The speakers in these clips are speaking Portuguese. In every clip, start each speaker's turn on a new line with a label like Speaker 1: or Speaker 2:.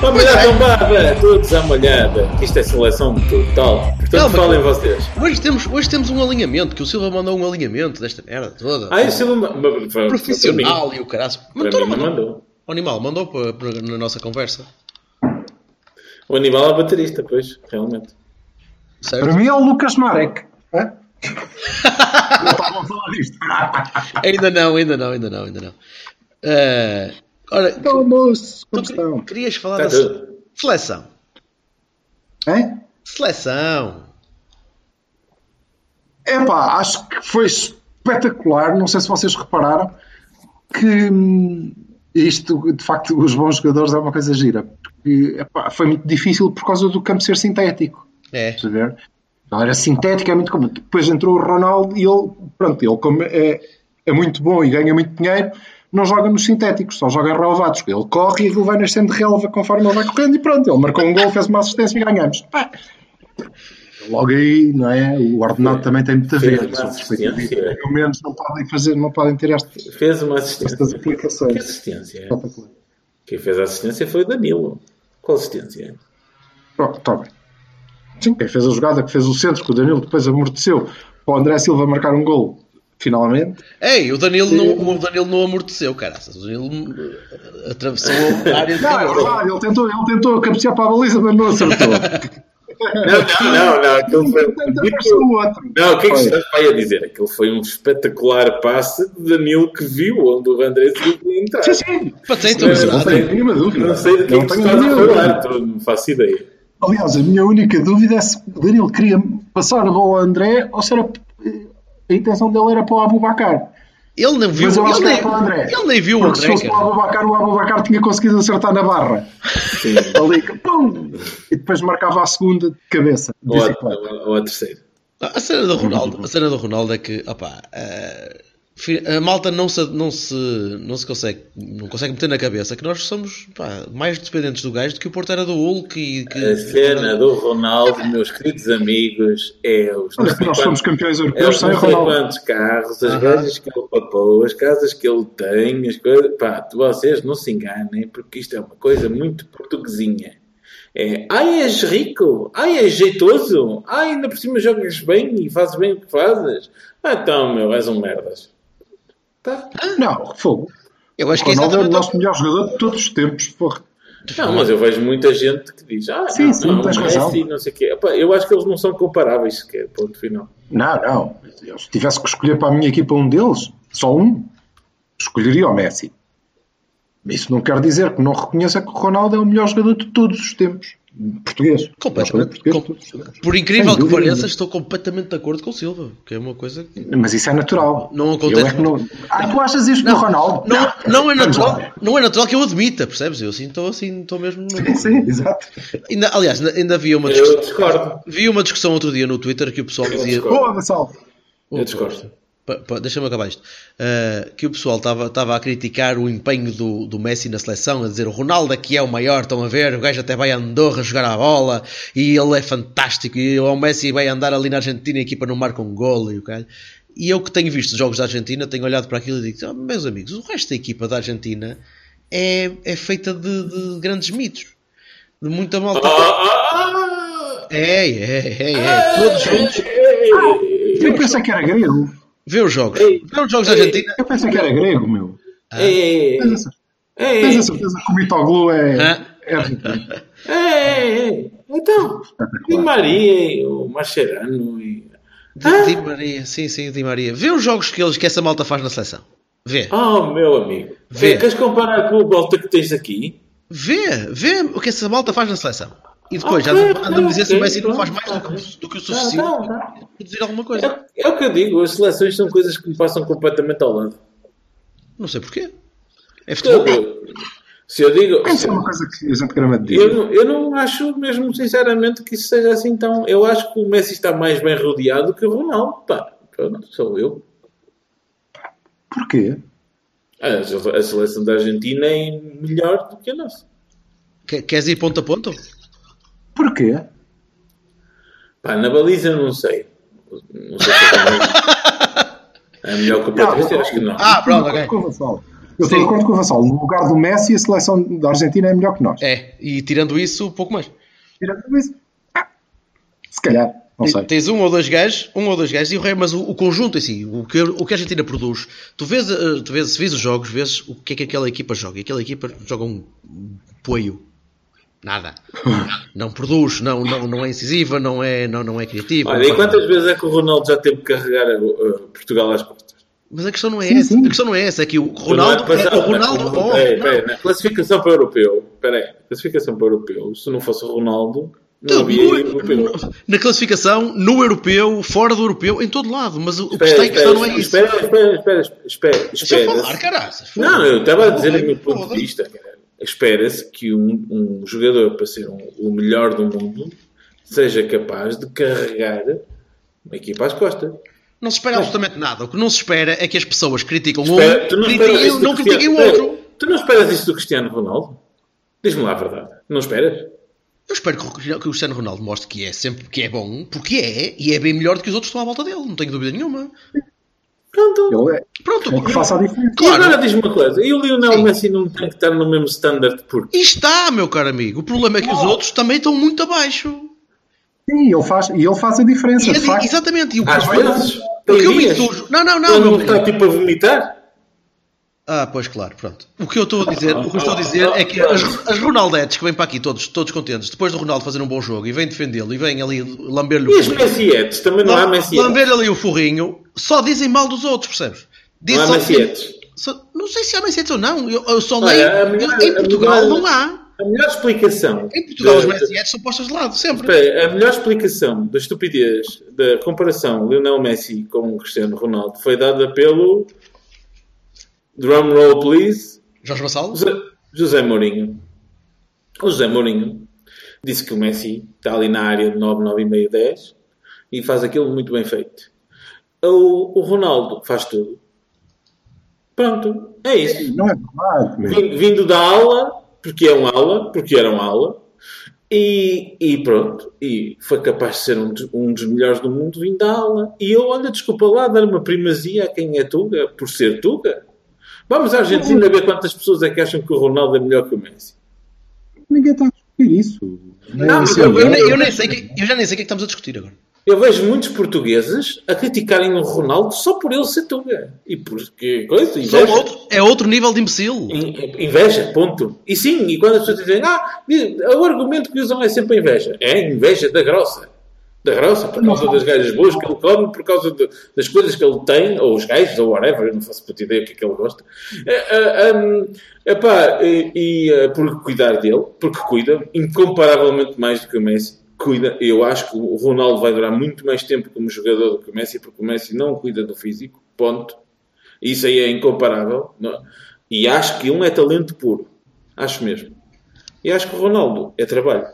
Speaker 1: Para mulher tombada, todos à molhada. Isto é seleção total. Portanto,
Speaker 2: Calma,
Speaker 1: falem
Speaker 2: calma.
Speaker 1: vocês.
Speaker 2: Hoje temos, hoje temos um alinhamento, que o Silva mandou um alinhamento desta merda toda.
Speaker 3: é?
Speaker 2: É
Speaker 1: Ah, o Silva. ma- ma- pra-
Speaker 2: Profissional e o caralho.
Speaker 1: Para mim,
Speaker 2: Mandou,
Speaker 1: para mim não
Speaker 2: mandou.
Speaker 1: mandou.
Speaker 2: O animal mandou para, para- na nossa conversa.
Speaker 1: O animal é baterista, pois, realmente.
Speaker 2: Certo?
Speaker 3: Para mim é o Lucas Marek. Hã?
Speaker 4: Estava a falar disto.
Speaker 2: Ainda não, ainda não, ainda não, ainda não. Eh, ora,
Speaker 3: Então, Tá moço, como
Speaker 2: tu queri-
Speaker 3: estão?
Speaker 2: querias falar
Speaker 1: Está
Speaker 2: da
Speaker 1: tudo.
Speaker 2: se- seleção.
Speaker 3: Hã?
Speaker 2: Seleção.
Speaker 3: Epá, acho que foi espetacular. Não sei se vocês repararam que hum, isto, de facto, os bons jogadores é uma coisa gira. Porque, epá, foi muito difícil por causa do campo ser sintético.
Speaker 2: É.
Speaker 3: Estás a ver? Não era sintético, é muito comum. Depois entrou o Ronaldo e ele, pronto, ele como é, é muito bom e ganha muito dinheiro, não joga nos sintéticos, só joga em relvados. Ele corre e aquilo vai nascendo de relva conforme ele vai correndo e pronto, ele marcou um gol, fez uma assistência e ganhamos. Pá. Logo aí, não é? O ordenado também tem muito a
Speaker 1: Fez
Speaker 3: ver.
Speaker 1: uma
Speaker 3: São suspeitos.
Speaker 1: assistência.
Speaker 3: Pelo menos não podem fazer, não podem ter estas,
Speaker 1: Fez uma
Speaker 3: estas
Speaker 1: assistência. Que
Speaker 3: aplicações.
Speaker 1: assistência? é? Quem fez a assistência foi o Danilo. Qual assistência?
Speaker 3: Pronto, está bem. Sim, quem fez a jogada, que fez o centro, que o Danilo depois amorteceu para o André Silva marcar um gol, finalmente.
Speaker 2: Ei, o Danilo, não, o Danilo não amorteceu, caraças. O Danilo eh, atravessou a área de
Speaker 3: Não, é
Speaker 2: calor.
Speaker 3: verdade, ele tentou, ele tentou cabecear para a baliza, mas não acertou.
Speaker 1: Não, não, não, não. Aquilo foi
Speaker 3: Portanto, apareceu o outro.
Speaker 1: Não, o que é que
Speaker 3: Foi.
Speaker 1: estás vai a dizer? Aquilo foi um espetacular passe de Danilo que viu onde o André Silva ia entrar.
Speaker 3: Sim, sim.
Speaker 2: Patente,
Speaker 1: Não,
Speaker 3: Mas eu não
Speaker 1: não
Speaker 3: tenho
Speaker 1: sei.
Speaker 3: nenhuma dúvida.
Speaker 1: Não sei do que é
Speaker 3: Não
Speaker 1: que tu
Speaker 3: tenho
Speaker 1: estás a
Speaker 3: nenhuma
Speaker 1: falar,
Speaker 3: dúvida.
Speaker 1: tu não faço ideia.
Speaker 3: Aliás, a minha única dúvida é se o Danilo queria passar a bola ao André ou se era, eh, a intenção dele era para o Abubacar.
Speaker 2: Ele não viu,
Speaker 3: Mas eu
Speaker 2: ele,
Speaker 3: acho que
Speaker 2: nem,
Speaker 3: era para o André.
Speaker 2: ele nem viu o
Speaker 3: Porque se
Speaker 2: André.
Speaker 3: fosse para o
Speaker 2: cara.
Speaker 3: Abubacar, o Abubacar tinha conseguido acertar na barra.
Speaker 1: Sim.
Speaker 3: Ali, pum! E depois marcava a segunda de cabeça. de
Speaker 1: Ou a,
Speaker 3: bicicleta.
Speaker 1: ou a- ou a terceira.
Speaker 2: A cena
Speaker 3: Uhum.
Speaker 2: do Ronaldo, a cena do Ronaldo é que, opá, eh, fi- a malta não se, não se, não se consegue, não consegue meter na cabeça que nós somos pá, mais dependentes do gajo do que o Porto era do Hulk e que
Speaker 1: A cena do Ronaldo, meus queridos amigos, é os.
Speaker 3: Olha, que nós somos campeões
Speaker 1: É
Speaker 3: europeus
Speaker 1: os
Speaker 3: sem
Speaker 1: não sei
Speaker 3: Ronaldo.
Speaker 1: quantos carros, as gajas que ele papou, as casas que ele tem, as coisas. Pá, tu- vocês não se enganem, porque isto é uma coisa muito portuguesinha. É, ai, és rico, ai, és jeitoso, ai, ainda por cima jogas bem e fazes bem o que fazes. Ah, então, meu, és um merdas. Tá.
Speaker 3: Não, fogo.
Speaker 2: eu acho que é
Speaker 3: Ronaldo é o
Speaker 2: exatamente
Speaker 3: nosso melhor jogador de todos os tempos. Porra.
Speaker 1: Não, mas eu vejo muita gente que diz, ah,
Speaker 3: Sim,
Speaker 1: não,
Speaker 3: sim,
Speaker 1: não,
Speaker 3: tens
Speaker 1: o
Speaker 3: razão.
Speaker 1: Messi, não sei o quê. Epá, eu acho que eles não são comparáveis sequer, ponto final.
Speaker 3: Não, não. Eu, se tivesse que escolher para a minha equipa um deles, só um, escolheria o Messi. Isso não quer dizer que não reconheça que o Ronaldo é o melhor jogador de todos os tempos. Português.
Speaker 2: Completamente.
Speaker 3: Português,
Speaker 2: Com-
Speaker 3: todos os tempos.
Speaker 2: Por incrível
Speaker 3: Sem
Speaker 2: que
Speaker 3: dúvida
Speaker 2: pareça,
Speaker 3: nenhuma.
Speaker 2: estou completamente de acordo com o Silva, que é uma coisa que
Speaker 3: Mas isso é natural.
Speaker 2: Não acontece-
Speaker 3: acontece. é que não... Ah, tu achas isto do Ronaldo?
Speaker 2: não, não é
Speaker 3: Vamos
Speaker 2: natural,
Speaker 3: lá.
Speaker 2: não é natural que eu admita, percebes? Eu assim estou assim, estou mesmo no-
Speaker 3: Sim, exato.
Speaker 2: Ainda, aliás, ainda- ainda havia uma
Speaker 1: Eu
Speaker 2: discussão,
Speaker 1: discordo,
Speaker 2: vi uma discussão outro dia no Twitter que o pessoal
Speaker 1: Eu
Speaker 2: dizia,
Speaker 1: discordo.
Speaker 3: Boa, Vassal.
Speaker 1: eu discordo.
Speaker 2: Pa- pa- Deixa-me acabar isto. Uh, que o pessoal estava a criticar o empenho do, do Messi na seleção, a dizer o Ronaldo é que é o maior, estão a ver, o gajo até vai a Andorra jogar a bola e ele é fantástico. E o Messi vai andar ali na Argentina e a equipa não marca um golo e o caralho. E eu que tenho visto jogos da Argentina, tenho olhado para aquilo e digo: "Ah, meus amigos, o resto da equipa da Argentina é, é feita de, de grandes mitos, de muita
Speaker 1: Ah,
Speaker 2: malta.
Speaker 1: ah, ah,
Speaker 2: É, é, é, é. Todos juntos.
Speaker 1: Ei,
Speaker 3: Eu pensei que era grego.
Speaker 2: Vê os jogos.
Speaker 1: Ei.
Speaker 2: Vê os jogos da Argentina.
Speaker 3: Eu pensei que era grego, meu.
Speaker 1: ei, ei,
Speaker 3: Tens a cer-
Speaker 1: ei,
Speaker 3: tens a certeza que o Mitoglu é,
Speaker 2: É. Hã?
Speaker 3: é ridículo.
Speaker 1: ei, ei. Então, Di Maria, e o Mascherano e.
Speaker 2: Di,
Speaker 1: Ah?
Speaker 2: Di Maria, sim, sim, Di Maria. Vê os jogos que, eles, que essa malta faz na seleção. Vê,
Speaker 1: Oh, meu amigo, Eh,
Speaker 2: Vê.
Speaker 1: queres comparar com a volta que tens aqui?
Speaker 2: vê, vê o que essa malta faz na seleção. E
Speaker 1: Ok,
Speaker 2: depois, já andam- andam a
Speaker 1: ok,
Speaker 2: dizer se
Speaker 1: ok,
Speaker 2: o Messi não faz mais
Speaker 1: pronto,
Speaker 2: do
Speaker 1: tá
Speaker 2: que, do que o
Speaker 1: Tá,
Speaker 2: suficiente
Speaker 1: tá, tá.
Speaker 2: para produzir alguma coisa.
Speaker 1: É, é o que eu digo, as seleções são coisas que me passam completamente ao lado.
Speaker 2: Não sei porquê. É futebol.
Speaker 1: Eu- Se eu digo.
Speaker 3: Isso
Speaker 1: se-
Speaker 3: é uma coisa que a gente grama de
Speaker 1: eu,
Speaker 3: dizer.
Speaker 1: não- eu não acho mesmo, sinceramente, que isso seja assim tão. Eu acho que o Messi está mais bem rodeado que o Ronaldo. Pá, pronto, sou eu.
Speaker 3: Porquê?
Speaker 1: A, a seleção da Argentina é melhor do que a nossa.
Speaker 2: Que- Queres ir ponto a ponto?
Speaker 3: Porquê?
Speaker 1: Pá, na baliza não sei. Não sei se é melhor. é melhor que o Patrício, acho que não.
Speaker 2: Ah, pronto,
Speaker 3: Eu
Speaker 2: ok.
Speaker 3: estou de acordo com o Vassal. Eu estou
Speaker 2: Sim.
Speaker 3: de acordo com o Vassal. No lugar do Messi, a seleção da Argentina é melhor que nós.
Speaker 2: É, e tirando isso, pouco mais.
Speaker 3: Tirando isso, ah, Se calhar, não sei.
Speaker 2: Tens um ou dois gajos, um ou dois gajos, e o rei, mas o, o conjunto em si, o que, o que a Argentina produz, tu vês, eh, tu vês, se vês os jogos, vês o que é que aquela equipa joga. E aquela equipa joga um poio. Nada. Não produz, não, não, não é incisiva, não é, não, não é criativa.
Speaker 1: Olha, e quantas vezes é que o Ronaldo já teve que carregar uh, Portugal às portas?
Speaker 2: Mas a questão não é
Speaker 3: Sim,
Speaker 2: essa.
Speaker 3: sim.
Speaker 2: A questão não é essa, é que o
Speaker 1: Não é
Speaker 2: Ronaldo. é-
Speaker 1: passado,
Speaker 2: o Ronaldo.
Speaker 1: não.
Speaker 2: oh,
Speaker 1: Peraí,
Speaker 2: não.
Speaker 1: peraí, na classificação para o europeu, peraí, classificação para o europeu, se não fosse o Ronaldo, não
Speaker 2: Tu,
Speaker 1: havia
Speaker 2: no-
Speaker 1: europeu.
Speaker 2: na classificação, no europeu, fora do europeu, em todo lado. Mas o, o que está
Speaker 1: Espera,
Speaker 2: em questão não é
Speaker 1: espera,
Speaker 2: isso. é
Speaker 1: espera, espera, espera, espera,
Speaker 2: Deixa eu
Speaker 1: espera.
Speaker 2: falar, caralho.
Speaker 1: Não, eu estava a dizer o meu ponto
Speaker 2: Foda-se.
Speaker 1: de vista. cara. Espera-se que um, um jogador para ser um- o melhor do mundo seja capaz de carregar uma equipa às costas.
Speaker 2: Não se espera absolutamente nada. O que não se espera é que as pessoas criticam um,
Speaker 1: Espera, tu não esperas
Speaker 2: critiquem,
Speaker 1: isso é. do
Speaker 2: não critiquem o
Speaker 1: Cristiano-
Speaker 2: outro.
Speaker 1: Espera, Tu não esperas isso do Cristiano Ronaldo? Diz-me lá a verdade. Não esperas?
Speaker 2: Eu espero que o Cristiano- que o Cristiano Ronaldo mostre que é sempre que é bom, porque é, e é bem melhor do que os outros que estão à volta dele, não tenho dúvida nenhuma.
Speaker 1: Pronto.
Speaker 3: Ele é,
Speaker 2: Pronto,
Speaker 3: é que faça a diferença.
Speaker 1: E
Speaker 2: claro.
Speaker 1: agora diz-me uma coisa. E o Lionel
Speaker 2: Sim.
Speaker 1: Messi não tem que estar no mesmo standard porque...
Speaker 2: e está, meu caro amigo. O problema é que os outros também estão muito abaixo.
Speaker 3: Sim, ele faz, e ele faz a diferença,
Speaker 2: E é
Speaker 3: de
Speaker 2: di-
Speaker 3: facto.
Speaker 2: exatamente. E o
Speaker 1: Às
Speaker 2: problema-
Speaker 1: vezes.
Speaker 2: o que
Speaker 1: tem
Speaker 2: eu me
Speaker 1: dias.
Speaker 2: insurjo. Não, não,
Speaker 1: Ele
Speaker 2: não,
Speaker 1: não
Speaker 2: meu
Speaker 1: está
Speaker 2: amigo.
Speaker 1: tipo a vomitar?
Speaker 2: Ah, pois claro, pronto. O que eu estou a dizer, o que eu estou a dizer é que as, as Ronaldetes que vêm para aqui todos, todos contentes, depois do Ronaldo fazer um bom jogo e vêm defendê-lo e vêm ali lamber-lhe
Speaker 1: E
Speaker 2: o
Speaker 1: as Messietes? Também não há Messietes.
Speaker 2: lamber ali o forrinho, só dizem mal dos outros, percebes? Diz
Speaker 1: Não há
Speaker 2: só-
Speaker 1: Messietes.
Speaker 2: só- não sei se há Macetes ou não. Eu, eu só leio.
Speaker 1: Olha, a melhor-
Speaker 2: eu- em
Speaker 1: a
Speaker 2: Portugal
Speaker 1: melhor-
Speaker 2: não há.
Speaker 1: A melhor explicação.
Speaker 2: Em Portugal os
Speaker 1: da-
Speaker 2: Macetes são postos de lado, sempre.
Speaker 1: Espera, a melhor explicação da estupidez da comparação Lionel Messi com Cristiano Ronaldo foi dada pelo Drum Roll Please
Speaker 2: Jorge Vassal?
Speaker 1: José, José Mourinho. O José Mourinho disse que o Messi está ali na área de 9, 9 e meio, 10 e faz aquilo muito bem feito. O, o Ronaldo faz tudo. Pronto, é isso
Speaker 3: Não é verdade. meu.
Speaker 1: vindo, vindo da aula, porque é um aula, porque era um aula, e, e pronto, e foi capaz de ser um, dos- um dos melhores do mundo vindo da aula. E eu, olha, desculpa lá, dar uma primazia a quem é Tuga, por ser Tuga. Vamos à Argentina ver quantas pessoas é que acham que o Ronaldo é melhor que o Messi.
Speaker 3: Ninguém está a discutir isso. Nem
Speaker 1: Não,
Speaker 3: isso é
Speaker 2: Eu, eu
Speaker 3: verdade.
Speaker 2: nem- eu nem sei que- eu já nem sei o que é que estamos a discutir agora.
Speaker 1: Eu vejo muitos portugueses a criticarem o Ronaldo só por ele ser Tuga. E porque coisa, e
Speaker 2: São
Speaker 1: vejo-
Speaker 2: outro- é outro nível de imbecil.
Speaker 1: In- Inveja, ponto. E sim, e quando as pessoas dizem, ah, diz- o argumento que usam é sempre a inveja. É a inveja da grossa. Da grossa, por causa das gajas boas que ele come, por causa de- das coisas que ele tem, ou os gajos, ou whatever, eu não faço puta ideia o que é que ele gosta. Eh, eh, hum, epá, eh, e eh, por cuidar dele, porque cuida incomparavelmente mais do que o Messi. Cuida, eu acho que o Ronaldo vai durar muito mais tempo como jogador do que o Messi, porque o Messi não cuida do físico, ponto. Isso aí é incomparável. não é? E acho que um é talento puro. Acho mesmo. E acho que o Ronaldo é trabalho.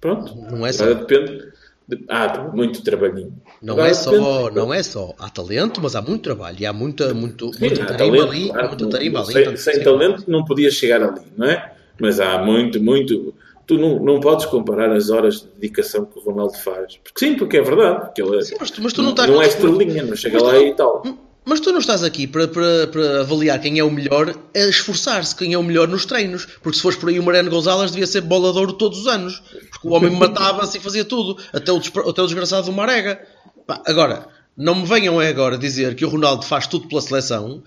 Speaker 1: Pronto.
Speaker 2: Não é só.
Speaker 1: Agora depende. de- Ah, de muito trabalhinho.
Speaker 2: Não
Speaker 1: Agora
Speaker 2: é só,
Speaker 1: depende-
Speaker 2: não é só. Há talento, mas há muito trabalho. E há muita, muito,
Speaker 1: Sim,
Speaker 2: muita
Speaker 1: há
Speaker 2: tarimba
Speaker 1: talento,
Speaker 2: ali.
Speaker 1: claro,
Speaker 2: muita
Speaker 1: não-
Speaker 2: tarimba
Speaker 1: não-
Speaker 2: ali.
Speaker 1: Sem,
Speaker 2: tanto- assim.
Speaker 1: sem
Speaker 2: sim.
Speaker 1: talento não podia chegar ali, não é? Mas há muito, muito. Tu não, não podes comparar as horas de dedicação que o Ronaldo faz. Porque sim, porque é verdade. Porque ele é-
Speaker 2: Sim, mas tu- mas tu não estás-
Speaker 1: não é estrelinha, não chega lá e tal.
Speaker 2: Mas tu não estás aqui para, para, para avaliar quem é o melhor a esforçar-se, quem é o melhor nos treinos. Porque se fores por aí o Mariano Gonzalez devia ser bolador todos os anos. Porque o homem matava-se e fazia tudo. Até o, despre- até o desgraçado do Marega. Pá, agora, não me venham é agora dizer que o Ronaldo faz tudo pela seleção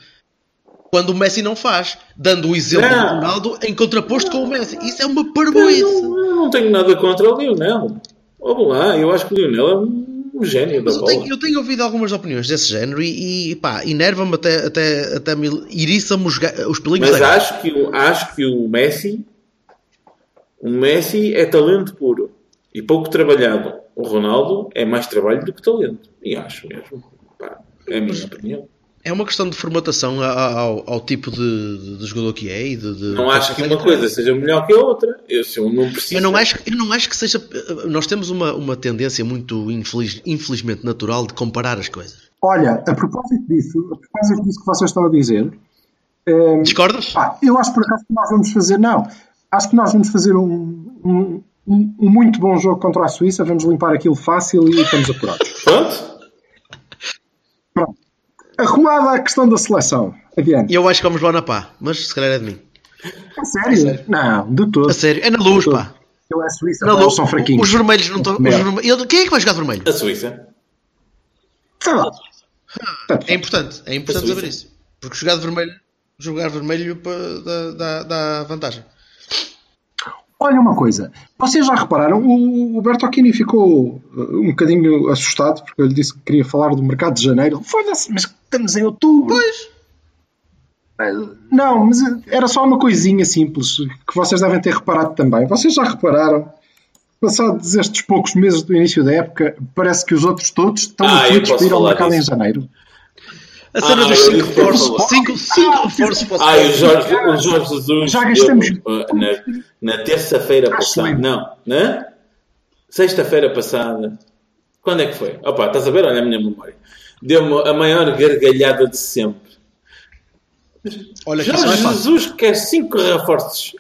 Speaker 2: quando o Messi não faz. Dando o exemplo
Speaker 1: Não.
Speaker 2: do Ronaldo em contraposto com o Messi. Isso é uma parboice.
Speaker 1: Eu não, eu não tenho nada contra o Lionel. Vamos lá, eu acho que o Lionel é um um gênio da
Speaker 2: Mas eu
Speaker 1: bola.
Speaker 2: tenho, eu tenho ouvido algumas opiniões desse género e, e pá, enerva-me até, até, até me iriça-me os, ga- os pelinhos
Speaker 1: Mas
Speaker 2: da gaita.
Speaker 1: acho que, o- acho que o Messi o Messi é talento puro e pouco trabalhado. O Ronaldo é mais trabalho do que talento. E acho mesmo. Pá, é a minha opinião.
Speaker 2: É uma questão de formatação a- a- ao, ao tipo de, de- de jogador que é e de. de-
Speaker 1: Não acho que uma coisa seja melhor que a outra. Eu, se eu não preciso.
Speaker 2: Eu não, acho, eu não acho que seja. Nós temos uma, uma tendência muito infeliz- infelizmente natural de comparar as coisas.
Speaker 3: Olha, a propósito disso, a propósito disso que vocês estão a dizer, hum,
Speaker 2: Discordas?
Speaker 3: pá, eu acho por acaso que nós vamos fazer, não, acho que nós vamos fazer um, um- um- um muito bom jogo contra a Suíça, vamos limpar aquilo fácil e estamos apurados.
Speaker 1: Pronto.
Speaker 3: Arrumada a questão da seleção, adiante.
Speaker 2: Eu acho que vamos lá na pá, mas se calhar é de mim.
Speaker 3: A sério? Não, de todo.
Speaker 2: A sério, é na luz, pá.
Speaker 3: Eu é a Suíça,
Speaker 2: Na
Speaker 3: não,
Speaker 2: luz.
Speaker 3: são fraquinhos.
Speaker 2: Os vermelhos não estão. os
Speaker 3: Merda.
Speaker 2: verme- eu- Quem é que vai jogar de vermelho?
Speaker 1: A Suíça.
Speaker 3: Sei lá. Portanto,
Speaker 2: É importante, é importante
Speaker 1: Suíça.
Speaker 2: saber isso. Porque jogar de vermelho, jogar vermelho pa- dá, dá- dá vantagem.
Speaker 3: Olha uma coisa, vocês já repararam, o o Bertocchini ficou uh, um bocadinho assustado porque eu lhe disse que queria falar do mercado de janeiro. Foda-se, mas estamos em outubro. Eh,
Speaker 2: Pois.
Speaker 3: Não, mas uh, era só uma coisinha simples que vocês devem ter reparado também. Vocês já repararam, passados estes poucos meses do início da época, parece que os outros todos estão
Speaker 1: Ah, eu
Speaker 3: aflitos
Speaker 1: posso
Speaker 3: de ir ao
Speaker 1: falar
Speaker 3: mercado em
Speaker 1: disso.
Speaker 3: janeiro.
Speaker 2: A cena
Speaker 1: Ah,
Speaker 2: dos
Speaker 1: eu
Speaker 2: 5
Speaker 1: disse ah, que eu
Speaker 2: forços.
Speaker 1: falava.
Speaker 2: 5
Speaker 3: Ah,
Speaker 2: cinco forços para o
Speaker 1: Ai, o Jorge, o Jorge Jesus.
Speaker 3: Já gastamos-
Speaker 1: deu, uh, na na terça-feira passada.
Speaker 3: excelente.
Speaker 1: Não, né? Sexta-feira passada. Quando é que foi? Opa, estás a ver? Olha a minha memória. Deu-me a maior gargalhada de sempre.
Speaker 2: Olha, que isso não é
Speaker 1: Jorge
Speaker 2: fácil.
Speaker 1: Jesus quer cinco reforços.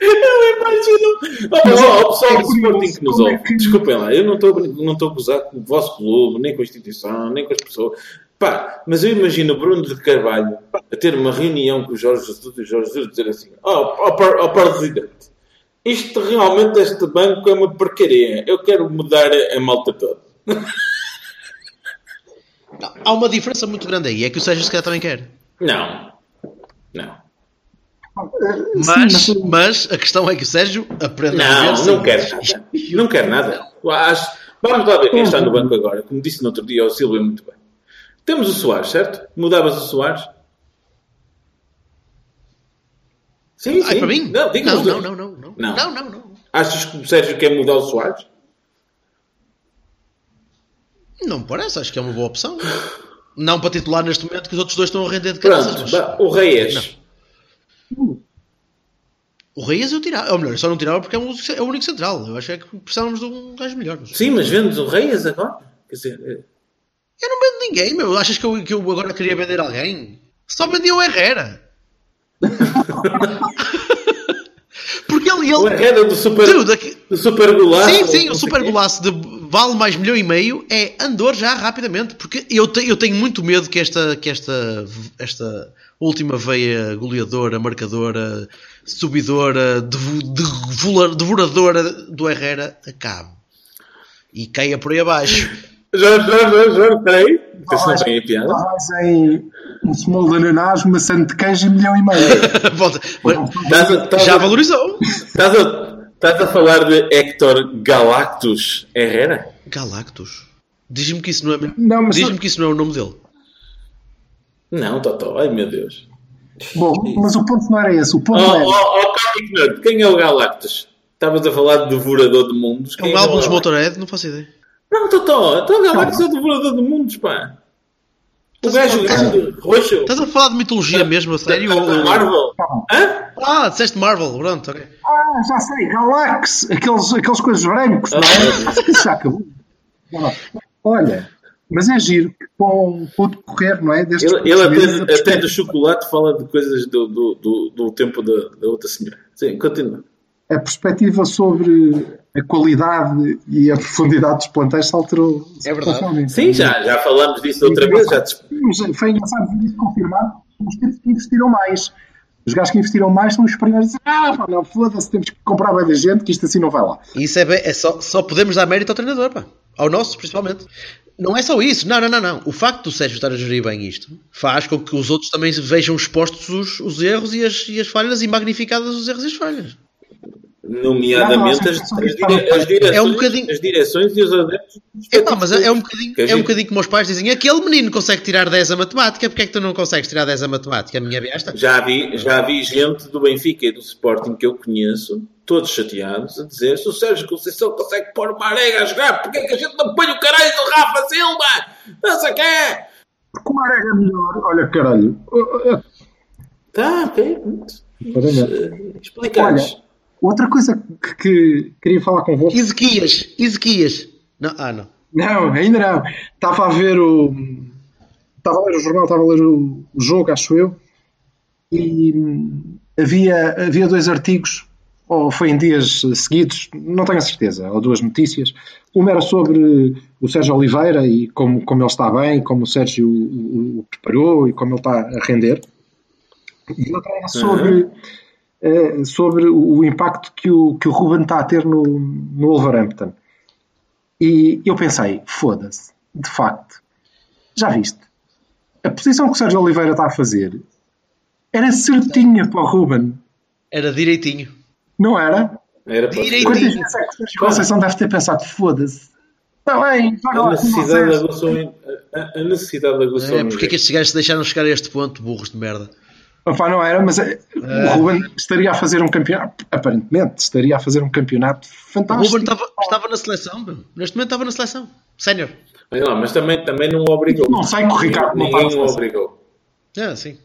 Speaker 1: Eu imagino. Oh,
Speaker 3: Mas
Speaker 1: oh,
Speaker 3: é-
Speaker 1: oh, pessoal do
Speaker 3: é
Speaker 1: Sporting
Speaker 3: curioso
Speaker 1: que nos
Speaker 3: como é
Speaker 1: ouve.
Speaker 3: que-
Speaker 1: Desculpem lá, eu não estou não estou a gozar com o vosso clube, nem com a instituição, nem com as pessoas. Pá, mas eu imagino o Bruno de Carvalho a ter uma reunião com o Jorge Jesus e o Jorge Jesus dizer assim: ó, ó, par- ó, presidente, isto realmente, este banco é uma porcaria. Eu quero mudar a a malta toda.
Speaker 2: Não, Há uma diferença muito grande aí, é que o Sérgio se calhar também quer.
Speaker 1: Não, não.
Speaker 2: Mas,
Speaker 3: Sim, mas-
Speaker 2: mas a questão é que o Sérgio aprende a
Speaker 1: Não,
Speaker 2: viver
Speaker 1: não quero nada. Não quero nada. Acho- Vamos lá ver quem está no banco agora. Como disse no outro dia, o Silvio é muito bem. Temos o Soares, certo? Mudavas o Soares? Sim, sim.
Speaker 2: Ai, para mim?
Speaker 1: Não, diga
Speaker 2: não, não, não, não, não.
Speaker 1: Não.
Speaker 2: Não, não, não.
Speaker 1: Achas que o Sérgio quer mudar o Soares?
Speaker 2: Não me parece, acho que é uma boa opção. Não para titular neste momento que os outros dois estão a render de cabeças.
Speaker 1: Pronto,
Speaker 2: mas
Speaker 1: vá, o Reyes.
Speaker 2: O Reyes eu tirava, ou melhor, eu só não tirava porque é o único- é o único central. Eu acho é que precisávamos de um gajo melhor. mas-
Speaker 1: Sim, mas vendes o Reyes agora? Quer dizer, eh,
Speaker 2: Eu não vendo ninguém, meu. Achas que eu, que eu agora queria vender alguém? Só vendia o Herrera. Porque ele.
Speaker 1: o
Speaker 2: ele
Speaker 1: Herrera do super,
Speaker 2: Dude, aqui-
Speaker 1: do super golaço.
Speaker 2: sim, sim,
Speaker 1: não sei
Speaker 2: o super
Speaker 1: quê.
Speaker 2: golaço de vale mais milhão e meio é Andor já rapidamente. Porque eu, te- eu tenho muito medo que esta, que esta, esta última veia goleadora, marcadora, subidora, devo- devola- devoradora do Herrera acabe. E caia por aí abaixo.
Speaker 1: Jorge, Jorge, Jorge, Jorge, peraí. Isso não
Speaker 3: Nós-
Speaker 1: tem a piada.
Speaker 3: nós em um small de ananás, maçã de queijo e milhão e meio.
Speaker 2: Volta.
Speaker 1: Estás a- estás
Speaker 2: Já
Speaker 1: a-
Speaker 2: valorizou.
Speaker 1: Estás a, estás a falar de Hector Galactus Herrera?
Speaker 2: Galactus. Diz-me que isso não é mesmo.
Speaker 3: Não, mas-
Speaker 2: Diz-me que isso não é o nome dele.
Speaker 1: Não, Totó, ai meu Deus.
Speaker 3: Bom, mas o ponto não era esse. O
Speaker 1: Oh,
Speaker 3: ponto era.
Speaker 1: oh, oh, Comic Nerd, quem é o Galactus? Estavas a falar de Devorador de Mundos.
Speaker 2: É
Speaker 1: Quem
Speaker 2: um
Speaker 1: o
Speaker 2: álbum dos
Speaker 1: Galactus?
Speaker 2: Motorhead, não faço ideia.
Speaker 1: Não, Totó, então o Galactus é o Devorador de Mundos, pá. O
Speaker 2: Estás a
Speaker 1: gajo
Speaker 2: falar-
Speaker 1: grande, roxo.
Speaker 2: Estás a falar de mitologia mesmo, a sério?
Speaker 1: da- da
Speaker 2: Ou-
Speaker 1: É Marvel.
Speaker 3: Não.
Speaker 1: Hã?
Speaker 2: Ah, disseste Marvel, pronto, ok.
Speaker 3: Tá Ah, já sei, Galax, aqueles, aqueles coisas brancos, não
Speaker 1: Ah,
Speaker 3: é? Isso já acabou. Não, não. Olha, mas é giro que com, com o decorrer, não é? Destes
Speaker 1: Ele, ele
Speaker 3: poucos meses, a
Speaker 1: até, até
Speaker 3: perspectiva-
Speaker 1: do chocolate fala de coisas do, do, do, do tempo da, da outra senhora. Sim, continua.
Speaker 3: a perspectiva sobre a qualidade e a profundidade dos plantéis se alterou.
Speaker 2: É verdade.
Speaker 3: substancialmente.
Speaker 1: Sim, já, já falámos disso outra vez. Já te
Speaker 3: Mas Foi engraçado ver isso confirmado. Os tipos que investiram mais. Os gajos que investiram mais são os primeiros a dizer: Ah, pá, não, foda-se, temos que comprar bem da gente, que isto assim não vai lá.
Speaker 2: Isso é, bem, é só, só podemos dar mérito ao treinador, pá. Ao nosso, principalmente. Não é só isso. Não, não, não, não. O facto do Sérgio estar a gerir bem isto faz com que os outros também vejam expostos os, os erros e as, e as falhas e magnificadas os erros e as falhas.
Speaker 1: Nomeadamente as, as, dire- as direções,
Speaker 2: É um bocadinho-
Speaker 1: as direções e os adeptos.
Speaker 2: Epá, mas é é um bocadinho,
Speaker 1: Que a
Speaker 2: é um
Speaker 1: gente-
Speaker 2: bocadinho como os pais dizem: aquele menino consegue tirar 10 a matemática, porque é que tu não consegues tirar 10 a matemática, minha besta?
Speaker 1: Já vi, já vi gente do Benfica e do Sporting que eu conheço, todos chateados, a dizer se o Sérgio Conceição consegue pôr o Marega a jogar, porque é que a gente não põe o caralho do Rafa Silva? Não sei o quê!
Speaker 3: Porque o Marega é melhor. Olha, caralho. Uh, uh,
Speaker 1: Tá, ok. mas, eh, Explica-nos.
Speaker 3: Olha, outra coisa que, que queria falar convosco.
Speaker 2: Ezequias, Ezequias. Não, ah, não.
Speaker 3: Não, ainda não. Estava a ver o. Estava a ler o jornal, estava a ler o, o jogo, acho eu. E hum, havia, havia dois artigos, ou foi em dias eh, seguidos, não tenho a certeza, ou duas notícias. Uma era sobre o Sérgio Oliveira e como, como ele está bem, como o Sérgio o, o- o preparou e como ele está a render. E outra era sobre, eh, sobre o, o impacto que o, que o Ruben está a ter no, no Wolverhampton. E eu pensei, foda-se, de facto, já viste. A posição que o Sérgio Oliveira está a fazer era certinha para o Ruben,
Speaker 2: Era direitinho.
Speaker 3: não era?
Speaker 1: Era para
Speaker 2: Direito.
Speaker 3: Quantas vezes é que o Sérgio Conceição deve ter pensado, foda-se, está bem, vai
Speaker 1: a
Speaker 3: lá
Speaker 1: É
Speaker 3: com
Speaker 1: necessidade da
Speaker 3: vocês.
Speaker 1: aguçou em- a- a necessidade da aguçou
Speaker 2: É,
Speaker 1: em
Speaker 2: porque é que estes gajos se deixaram chegar a este ponto, burros de merda?
Speaker 3: Opa, não era, mas eh, o Ruben estaria a fazer um campeonato, aparentemente, estaria a fazer um campeonato
Speaker 2: O
Speaker 3: fantástico.
Speaker 2: Ruben estava, estava na seleção, meu. neste momento estava na seleção. Sénior.
Speaker 1: Olha lá, mas também, também não o obrigou.
Speaker 3: Não sei que o Ricardo não
Speaker 1: Ninguém
Speaker 3: está a
Speaker 1: o
Speaker 3: fazer.
Speaker 1: obrigou.
Speaker 2: Ah, sim.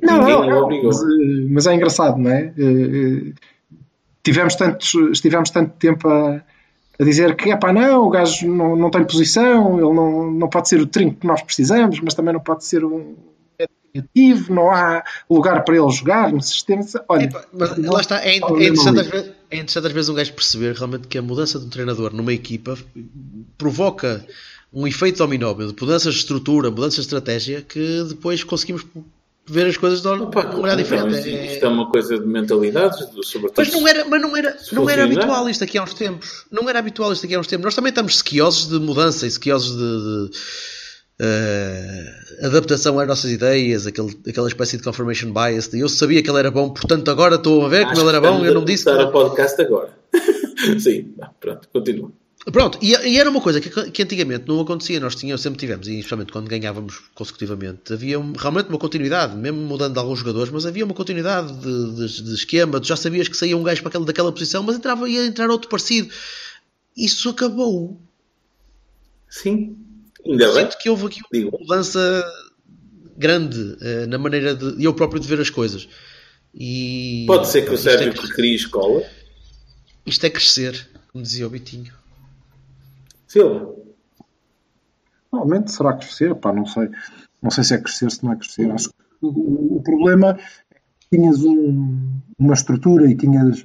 Speaker 3: Não,
Speaker 1: Ninguém
Speaker 3: não,
Speaker 1: o
Speaker 3: não,
Speaker 1: obrigou.
Speaker 3: mas, eh, mas é engraçado, não é? Eh, eh, Tivemos, tantos, estivemos tanto tempo a, a dizer que, epá, não, o gajo não, não tem posição, ele não, não pode ser o trinco que nós precisamos, mas também não pode ser um negativo, não há lugar para ele jogar no sistema. Olha,
Speaker 2: Epá, mas lá está, é, é
Speaker 3: Olha,
Speaker 2: interessante
Speaker 3: Mauricio.
Speaker 2: às vezes, é interessante às vezes um gajo perceber realmente que a mudança de um treinador numa equipa provoca um efeito dominó, meu, de mudanças de estrutura, mudanças de estratégia, que depois conseguimos ver as coisas de um
Speaker 1: Opa,
Speaker 2: de um olhar
Speaker 1: então,
Speaker 2: diferente.
Speaker 1: isto,
Speaker 2: É-
Speaker 1: isto é uma coisa de mentalidades, do- sobretudo.
Speaker 2: Mas não é, era, mas não era,
Speaker 1: Se
Speaker 2: não
Speaker 1: fosse
Speaker 2: era
Speaker 1: ainda.
Speaker 2: habitual isto aqui há uns tempos. Não era habitual isto aqui há uns tempos. Nós também estamos sequiosos de mudança e sequiosos de, de, eh, adaptação às nossas ideias, aquele, aquela espécie de confirmation bias. De eu sabia que ele era bom, portanto agora estou a ver como ele era bom. Eu não disse. que
Speaker 1: Estar
Speaker 2: era-
Speaker 1: a podcast agora. Sim, vá, pronto, continua.
Speaker 2: Pronto, e, e era uma coisa que, que antigamente não acontecia, nós tínhamos, sempre tivemos, e especialmente quando ganhávamos consecutivamente, havia um- realmente uma continuidade, mesmo mudando de alguns jogadores, mas havia uma continuidade de, de- de esquema, tu já sabias que saía um gajo para aquela, daquela posição, mas entrava, ia entrar outro parecido. Isso acabou.
Speaker 1: Sim, ainda bem.
Speaker 2: Sinto que houve aqui
Speaker 1: Digo.
Speaker 2: uma mudança grande eh, na maneira de eu próprio de ver as coisas. E,
Speaker 1: Pode ser que o
Speaker 2: isto é
Speaker 1: Sérgio
Speaker 2: cres-
Speaker 1: crie escola.
Speaker 2: Isto é crescer, como dizia o Bitinho.
Speaker 1: Silva,
Speaker 3: Realmente, será crescer? Pá, não sei. Não sei se é crescer, se não é crescer. Acho que o, o problema é que tinhas um- uma estrutura e tinhas,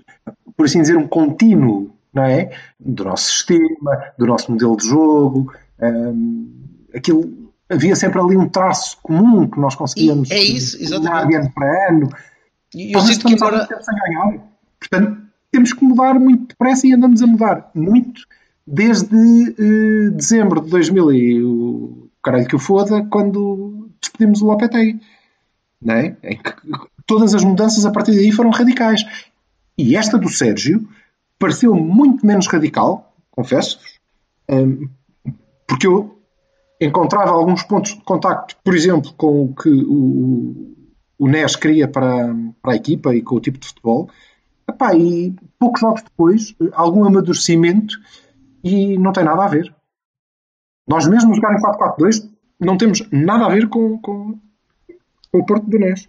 Speaker 3: por assim dizer, um contínuo, não é? Do nosso sistema, do nosso modelo de jogo. hum, aquilo, havia sempre ali um traço comum que nós conseguíamos um
Speaker 2: E é isso,
Speaker 3: combinar
Speaker 2: exatamente.
Speaker 3: ano para ano.
Speaker 2: E eu
Speaker 3: Nós
Speaker 2: sinto que
Speaker 3: estamos há
Speaker 2: agora.
Speaker 3: muito tempo é sem ganhar. Portanto, temos que mudar muito depressa e andamos a mudar muito desde eh, dezembro de 2000 e o caralho que o foda, quando despedimos o Lopetegui. Não é? Em que todas as mudanças a partir daí foram radicais. E esta do Sérgio pareceu muito menos radical, confesso-vos, hum, porque eu encontrava alguns pontos de contacto, por exemplo, com o que o, o Nes queria para, para a equipa e com o tipo de futebol. Epá, e poucos jogos depois, eh, algum amadurecimento e não tem nada a ver. Nós mesmo jogar em 4-4-2 não temos nada a ver com, com, com o Porto do Nes.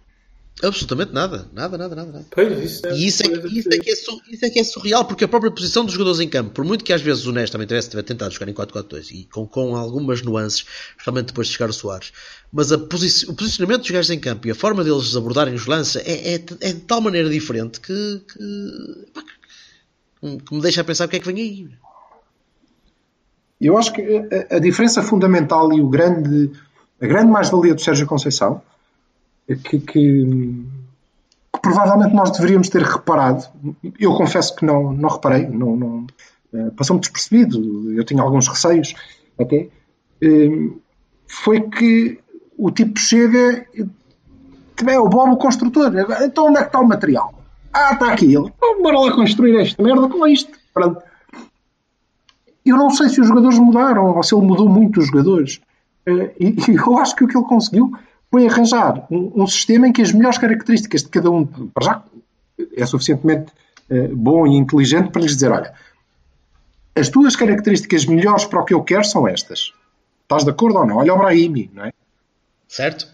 Speaker 2: Absolutamente nada, nada, nada, nada. nada.
Speaker 1: pois isso é.
Speaker 2: E isso é,
Speaker 1: coisa
Speaker 2: isso,
Speaker 1: de-
Speaker 2: é que é su- isso é que é surreal, porque a própria posição dos jogadores em campo, por muito que às vezes o Nés também tivesse, tivesse tentado jogar em 4-4-2 e com, com algumas nuances, especialmente depois de chegar o Soares, mas a posi- o posicionamento dos gajos em campo e a forma deles abordarem os lances é, é, é de tal maneira diferente que, que, pá, que- que me deixa a pensar o que é que vem aí.
Speaker 3: Eu acho que a, a diferença fundamental e o grande, a grande mais-valia do Sérgio Conceição, é que, que- que provavelmente nós deveríamos ter reparado, eu confesso que não, não reparei, não, não, eh, passou-me despercebido, eu tinha alguns receios até, eh, foi que o tipo chega, eh, também é o Bob o construtor, então onde é que está o material? Ah, está aqui. Ele, então, bora lá construir esta merda com isto. Pronto. Eu não sei se os jogadores mudaram ou se ele mudou muito os jogadores. Eh, E, e eu acho que o que ele conseguiu foi arranjar um, um sistema em que as melhores características de cada um, para já, é suficientemente eh, bom e inteligente para lhes dizer: olha, as tuas características melhores para o que eu quero são estas. Estás de acordo ou não? Olha o Brahimi, não é?
Speaker 2: Certo?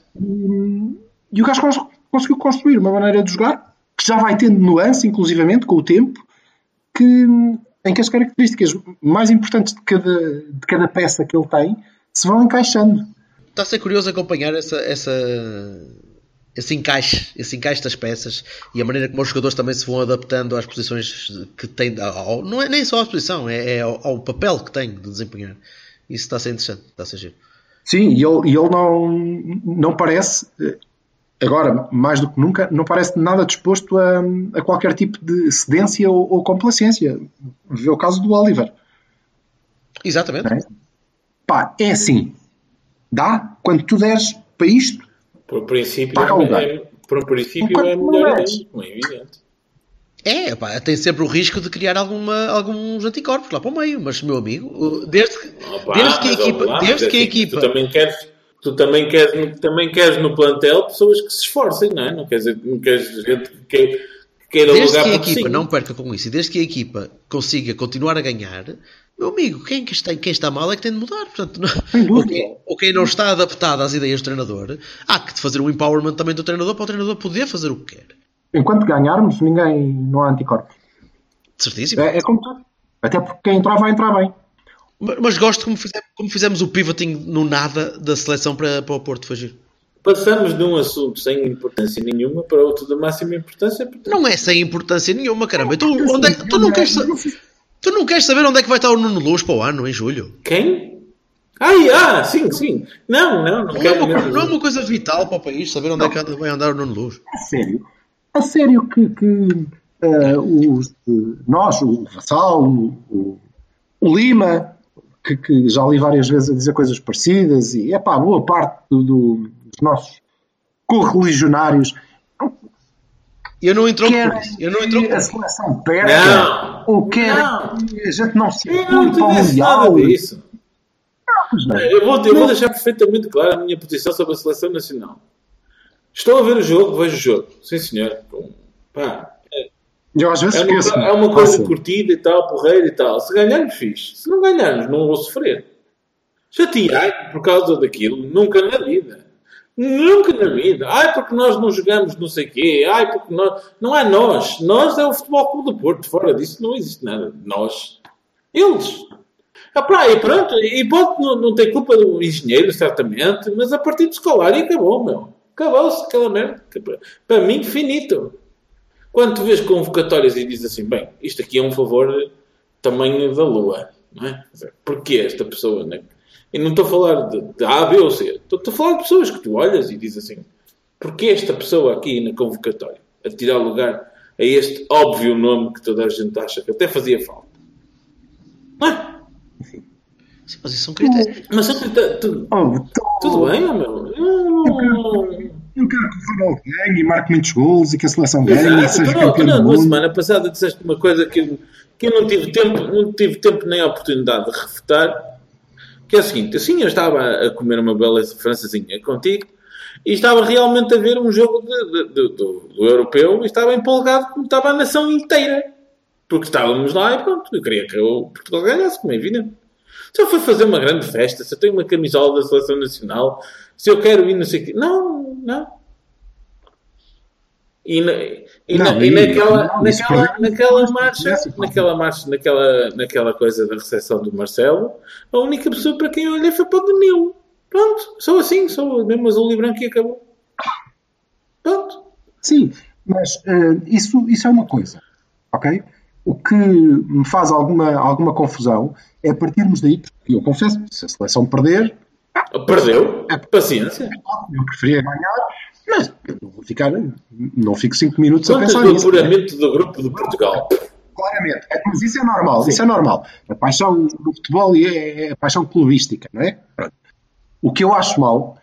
Speaker 3: E o gajo cons- conseguiu construir uma maneira de jogar que já vai tendo nuance, inclusivamente, com o tempo, que, em que as características mais importantes de cada, de cada peça que ele tem se vão encaixando.
Speaker 2: Está Tá a ser curioso acompanhar essa, essa, esse encaixe, esse encaixe das peças e a maneira como os jogadores também se vão adaptando às posições que têm. ao- não é nem só à posição, é, é ao, ao papel que têm de desempenhar. Isso está a ser interessante, está a ser giro.
Speaker 3: Sim, e ele, e ele não, não parece, eh, agora mais do que nunca, não parece nada disposto a, a qualquer tipo de cedência ou, ou complacência. Vê o caso do Oliver.
Speaker 2: Exatamente.
Speaker 3: Não é? Pá, é assim. Dá, quando tu deres para isto,
Speaker 1: Por princípio,
Speaker 3: Tá calma.
Speaker 1: é, por princípio
Speaker 3: Enquanto
Speaker 1: é
Speaker 3: não
Speaker 1: melhor
Speaker 3: és.
Speaker 1: mesmo, é evidente.
Speaker 2: É, pá, tem sempre o risco de criar alguma, alguns anticorpos lá para o meio, mas meu amigo, o- desde que,
Speaker 1: Opa,
Speaker 2: desde que a
Speaker 1: Ah, mas
Speaker 2: equipa,
Speaker 1: olá,
Speaker 2: desde
Speaker 1: mas
Speaker 2: que a
Speaker 1: assim,
Speaker 2: equipa,
Speaker 1: Tu também queres, tu também queres, no- também queres no plantel pessoas que se esforcem, não é? Não queres, não queres gente que que- que queira
Speaker 2: desde
Speaker 1: lugar
Speaker 2: que a
Speaker 1: para
Speaker 2: equipa
Speaker 1: cozinha.
Speaker 2: não perca com isso e desde que a equipa consiga continuar a ganhar, meu amigo, quem, que está, quem está mal é que tem de mudar. Portanto, não-
Speaker 3: Sem
Speaker 2: ou,
Speaker 3: dúvida.
Speaker 2: quem, ou quem não está adaptado às ideias do treinador, há que fazer um empowerment também do treinador para o treinador poder fazer o que quer.
Speaker 3: enquanto ganharmos, ninguém não há anticorpos.
Speaker 2: Certíssimo.
Speaker 3: É, é como tudo. Até porque quem entrar vai entrar bem.
Speaker 2: Mas, mas gosto como fizemos, como fizemos o pivoting no nada da seleção para, para o Porto fugir.
Speaker 1: Passamos de um assunto sem importância nenhuma para outro de máxima importância. portanto,
Speaker 2: Não é sem importância nenhuma, caramba. Tu, onde é que- tu não queres, sa- tu não queres saber onde é que vai estar o Nuno Luz para o ano, em julho?
Speaker 1: Quem? Ai, ah, sim, sim. Não, não, não
Speaker 2: Não é
Speaker 1: quero
Speaker 2: uma,
Speaker 1: mesmo.
Speaker 2: não é uma coisa vital para o país saber onde é que anda- vai andar o Nuno Luz.
Speaker 3: A é sério. A sério que, que, eh, os, eh, nós, o Vassal, o, o- o Lima, que, que já li várias vezes a dizer coisas parecidas, e é pá, boa parte do- do- dos nossos correligionários
Speaker 2: Eu não entro por
Speaker 3: querem
Speaker 2: isso. Eu não entro
Speaker 3: que a
Speaker 2: por
Speaker 3: seleção
Speaker 2: é
Speaker 3: perca
Speaker 1: Não.
Speaker 3: ou querem
Speaker 1: Não.
Speaker 3: que a gente não se
Speaker 1: Eu não
Speaker 3: apure
Speaker 1: te
Speaker 3: para o
Speaker 1: disse nada
Speaker 3: Mundial.
Speaker 1: disso.
Speaker 3: Pois não.
Speaker 1: Eu vou, eu vou deixar perfeitamente clara a minha posição sobre a seleção nacional. Estou a ver o jogo, vejo o jogo. Sim, senhor. Pá,
Speaker 3: Eu às vezes Assim.
Speaker 1: É
Speaker 3: esqueço.
Speaker 1: uma, é uma coisa curtida e tal, porreira e tal. Se ganharmos, fixe. Se não ganharmos, não vou sofrer. Chatear por causa daquilo, nunca na vida. Nunca na vida. Ai, porque nós não jogamos não sei quê. Ai, porque nós... Não é nós. Nós é o Futebol Clube do Porto. Fora disso não existe nada. Nós. Eles. Ah, pá, e pronto. E pode não, não ter culpa do engenheiro, certamente, mas a partir do escolar e acabou, meu. Acabou-se aquela merda. Tipo, Para mim, finito. Quando tu vês convocatórias e dizes assim, bem, isto aqui é um favor tamanho da lua, não é? Quer dizer, Porquê esta pessoa, né? E não estou a falar de, de A, B ou C. Estou estou a falar de pessoas que tu olhas e dizes assim, porquê esta pessoa aqui na convocatória? A tirar lugar a este óbvio nome que toda a gente acha que até fazia falta. Não é?
Speaker 2: isso. Mas isso são critérios.
Speaker 1: Mas só que tá- tu-
Speaker 3: Oh, então,
Speaker 1: tudo bem, ó, meu? Eu-
Speaker 3: Eu quero que o Ronaldo ganhe e marque muitos gols e um que a seleção ganhe e
Speaker 1: Exato,
Speaker 3: seja
Speaker 1: tu não, tu
Speaker 3: campeão
Speaker 1: não,
Speaker 3: do
Speaker 1: na
Speaker 3: mundo.
Speaker 1: semana passada disseste uma coisa que, eu- que eu não tive tempo, não tive tempo nem a oportunidade de refutar, que é o seguinte, assim eu estava a comer uma bela francesinha contigo e estava realmente a ver um jogo de- de- de- do, do europeu e estava empolgado como estava a nação inteira. Porque estávamos lá e pronto, eu queria que o Portugal ganhasse, como é evidente. Se eu for fazer uma grande festa, se eu tenho uma camisola da seleção nacional, se eu quero ir não sei o quê. Não, não. E, na, e,
Speaker 3: Não,
Speaker 1: na, e
Speaker 3: e-
Speaker 1: naquela,
Speaker 3: não, isso
Speaker 1: naquela,
Speaker 3: perdemos
Speaker 1: naquela
Speaker 3: nós,
Speaker 1: marcha,
Speaker 3: tivesse, pá.
Speaker 1: naquela marcha, naquela, naquela coisa da recepção do Marcelo, a única pessoa para quem eu olhei foi para o Danilo. Pronto, sou assim, sou mesmo azul e branco e acabou. Pronto.
Speaker 3: Sim, mas eh, isso, isso é uma coisa, ok? O que me faz alguma, alguma confusão é partirmos daí, porque eu confesso, se a seleção perder,
Speaker 1: Perdeu.
Speaker 3: É.
Speaker 1: Paciência.
Speaker 3: eu preferia ganhar, mas eu não vou ficar, não fico cinco minutos a
Speaker 1: Quantas
Speaker 3: pensar
Speaker 1: do
Speaker 3: nisso. né?
Speaker 1: apuramento do grupo de Portugal?
Speaker 3: Claramente, É, mas isso é normal, isso é normal. A paixão do futebol é, é a paixão clubística, não é? Pronto. O que eu acho mal,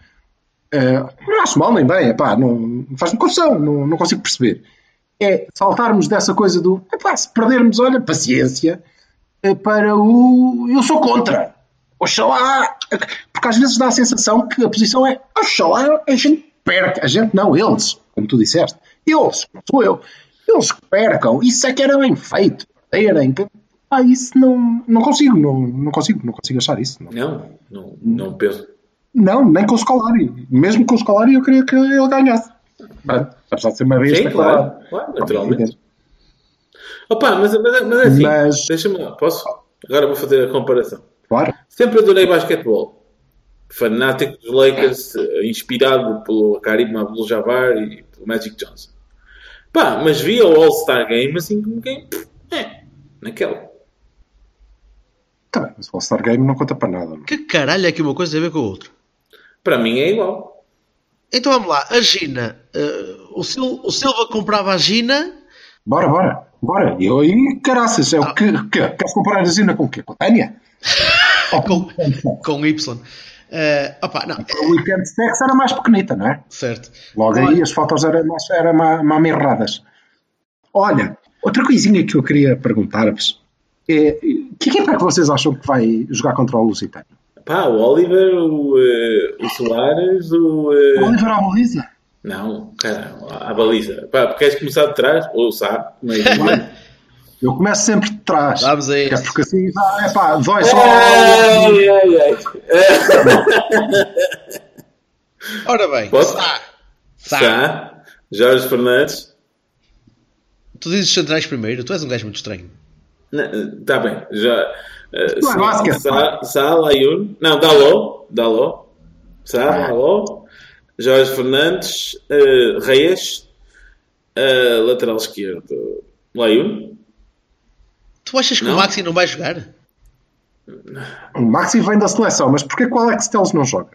Speaker 3: eh, não acho mal nem bem, epá, não, faz-me confusão, não, não consigo perceber. é saltarmos dessa coisa do epá, se perdermos, olha, paciência eh, para o eu sou contra. Oxalá! Porque às vezes dá a sensação que a posição é oxalá a gente perca. A gente não, eles, como tu disseste. Eles, não sou eu. Eles que percam. Isso é que era bem feito. Perderem. Ah, isso não, não consigo, não, não consigo, não consigo achar isso. Não,
Speaker 1: Não, não, não
Speaker 3: Hum.
Speaker 1: penso.
Speaker 3: Não, nem com o Scolari. Mesmo com o Scolari eu queria que ele ganhasse. Pronto, apesar de ser uma vez. é
Speaker 1: Sim, claro, claro, naturalmente. Opa, mas, mas, mas é assim,
Speaker 3: Mas-
Speaker 1: deixa-me lá, posso? Agora vou fazer a comparação.
Speaker 3: Claro.
Speaker 1: Sempre adorei basquetebol. Fanático dos Lakers, eh, inspirado pelo Karim Abdul-Jabbar e pelo Magic Johnson. Pá, mas via o All-Star Game assim como quem... É, naquela.
Speaker 3: Tá bem, mas o All-Star Game não conta para nada. não.
Speaker 2: Que caralho é que uma coisa tem a ver com a outra?
Speaker 1: Para mim é igual.
Speaker 2: Então vamos lá, a Gina. eh, o, Sil- o Silva comprava a Gina.
Speaker 3: Bora, bora, bora. E eu aí, caraças, é o que, que- Queres comparar a Zina com o quê? Com a Tânia? Ou
Speaker 2: Com-
Speaker 3: com o
Speaker 2: com Y. Eh, opa, não, é
Speaker 3: Weekend Sex era mais pequenita, não é?
Speaker 2: certo.
Speaker 3: Logo aí as fotos eram, mais- eram ma- ma- erradas. Olha, outra coisinha que eu queria perguntar-vos é que equipa é que vocês acham que vai jogar contra o Lusitano?
Speaker 1: Pá, o Oliver, o, eh, o Soares, o... eh,
Speaker 3: Oliver Aboliza?
Speaker 1: Não, caralho, a baliza. Pá, queres começar de trás? Ou sabe? Mas...
Speaker 3: Eu começo sempre de trás.
Speaker 2: Vamos a
Speaker 3: É
Speaker 2: isso.
Speaker 3: porque assim, ah, epá, dói só.
Speaker 1: Ai, ai, ai.
Speaker 2: Ora bem,
Speaker 1: Posso?
Speaker 2: Sá. Sá.
Speaker 1: Sá, Jorge Fernandes.
Speaker 2: Tu dizes centrais primeiro, tu és um gajo muito estranho.
Speaker 1: Está tá bem. Já, eh,
Speaker 3: Claro,
Speaker 1: Sá-
Speaker 3: Vasquez.
Speaker 1: Sá, Sá, Layun. Não, Daló. Daló. Sá, Daló. Jorge Fernandes. eh, Reyes. eh, lateral esquerdo. Layun.
Speaker 2: Tu achas que
Speaker 1: Não.
Speaker 2: o Maxi não vai jogar?
Speaker 3: O Maxi vem da seleção, mas porquê que o Alex Telles não joga?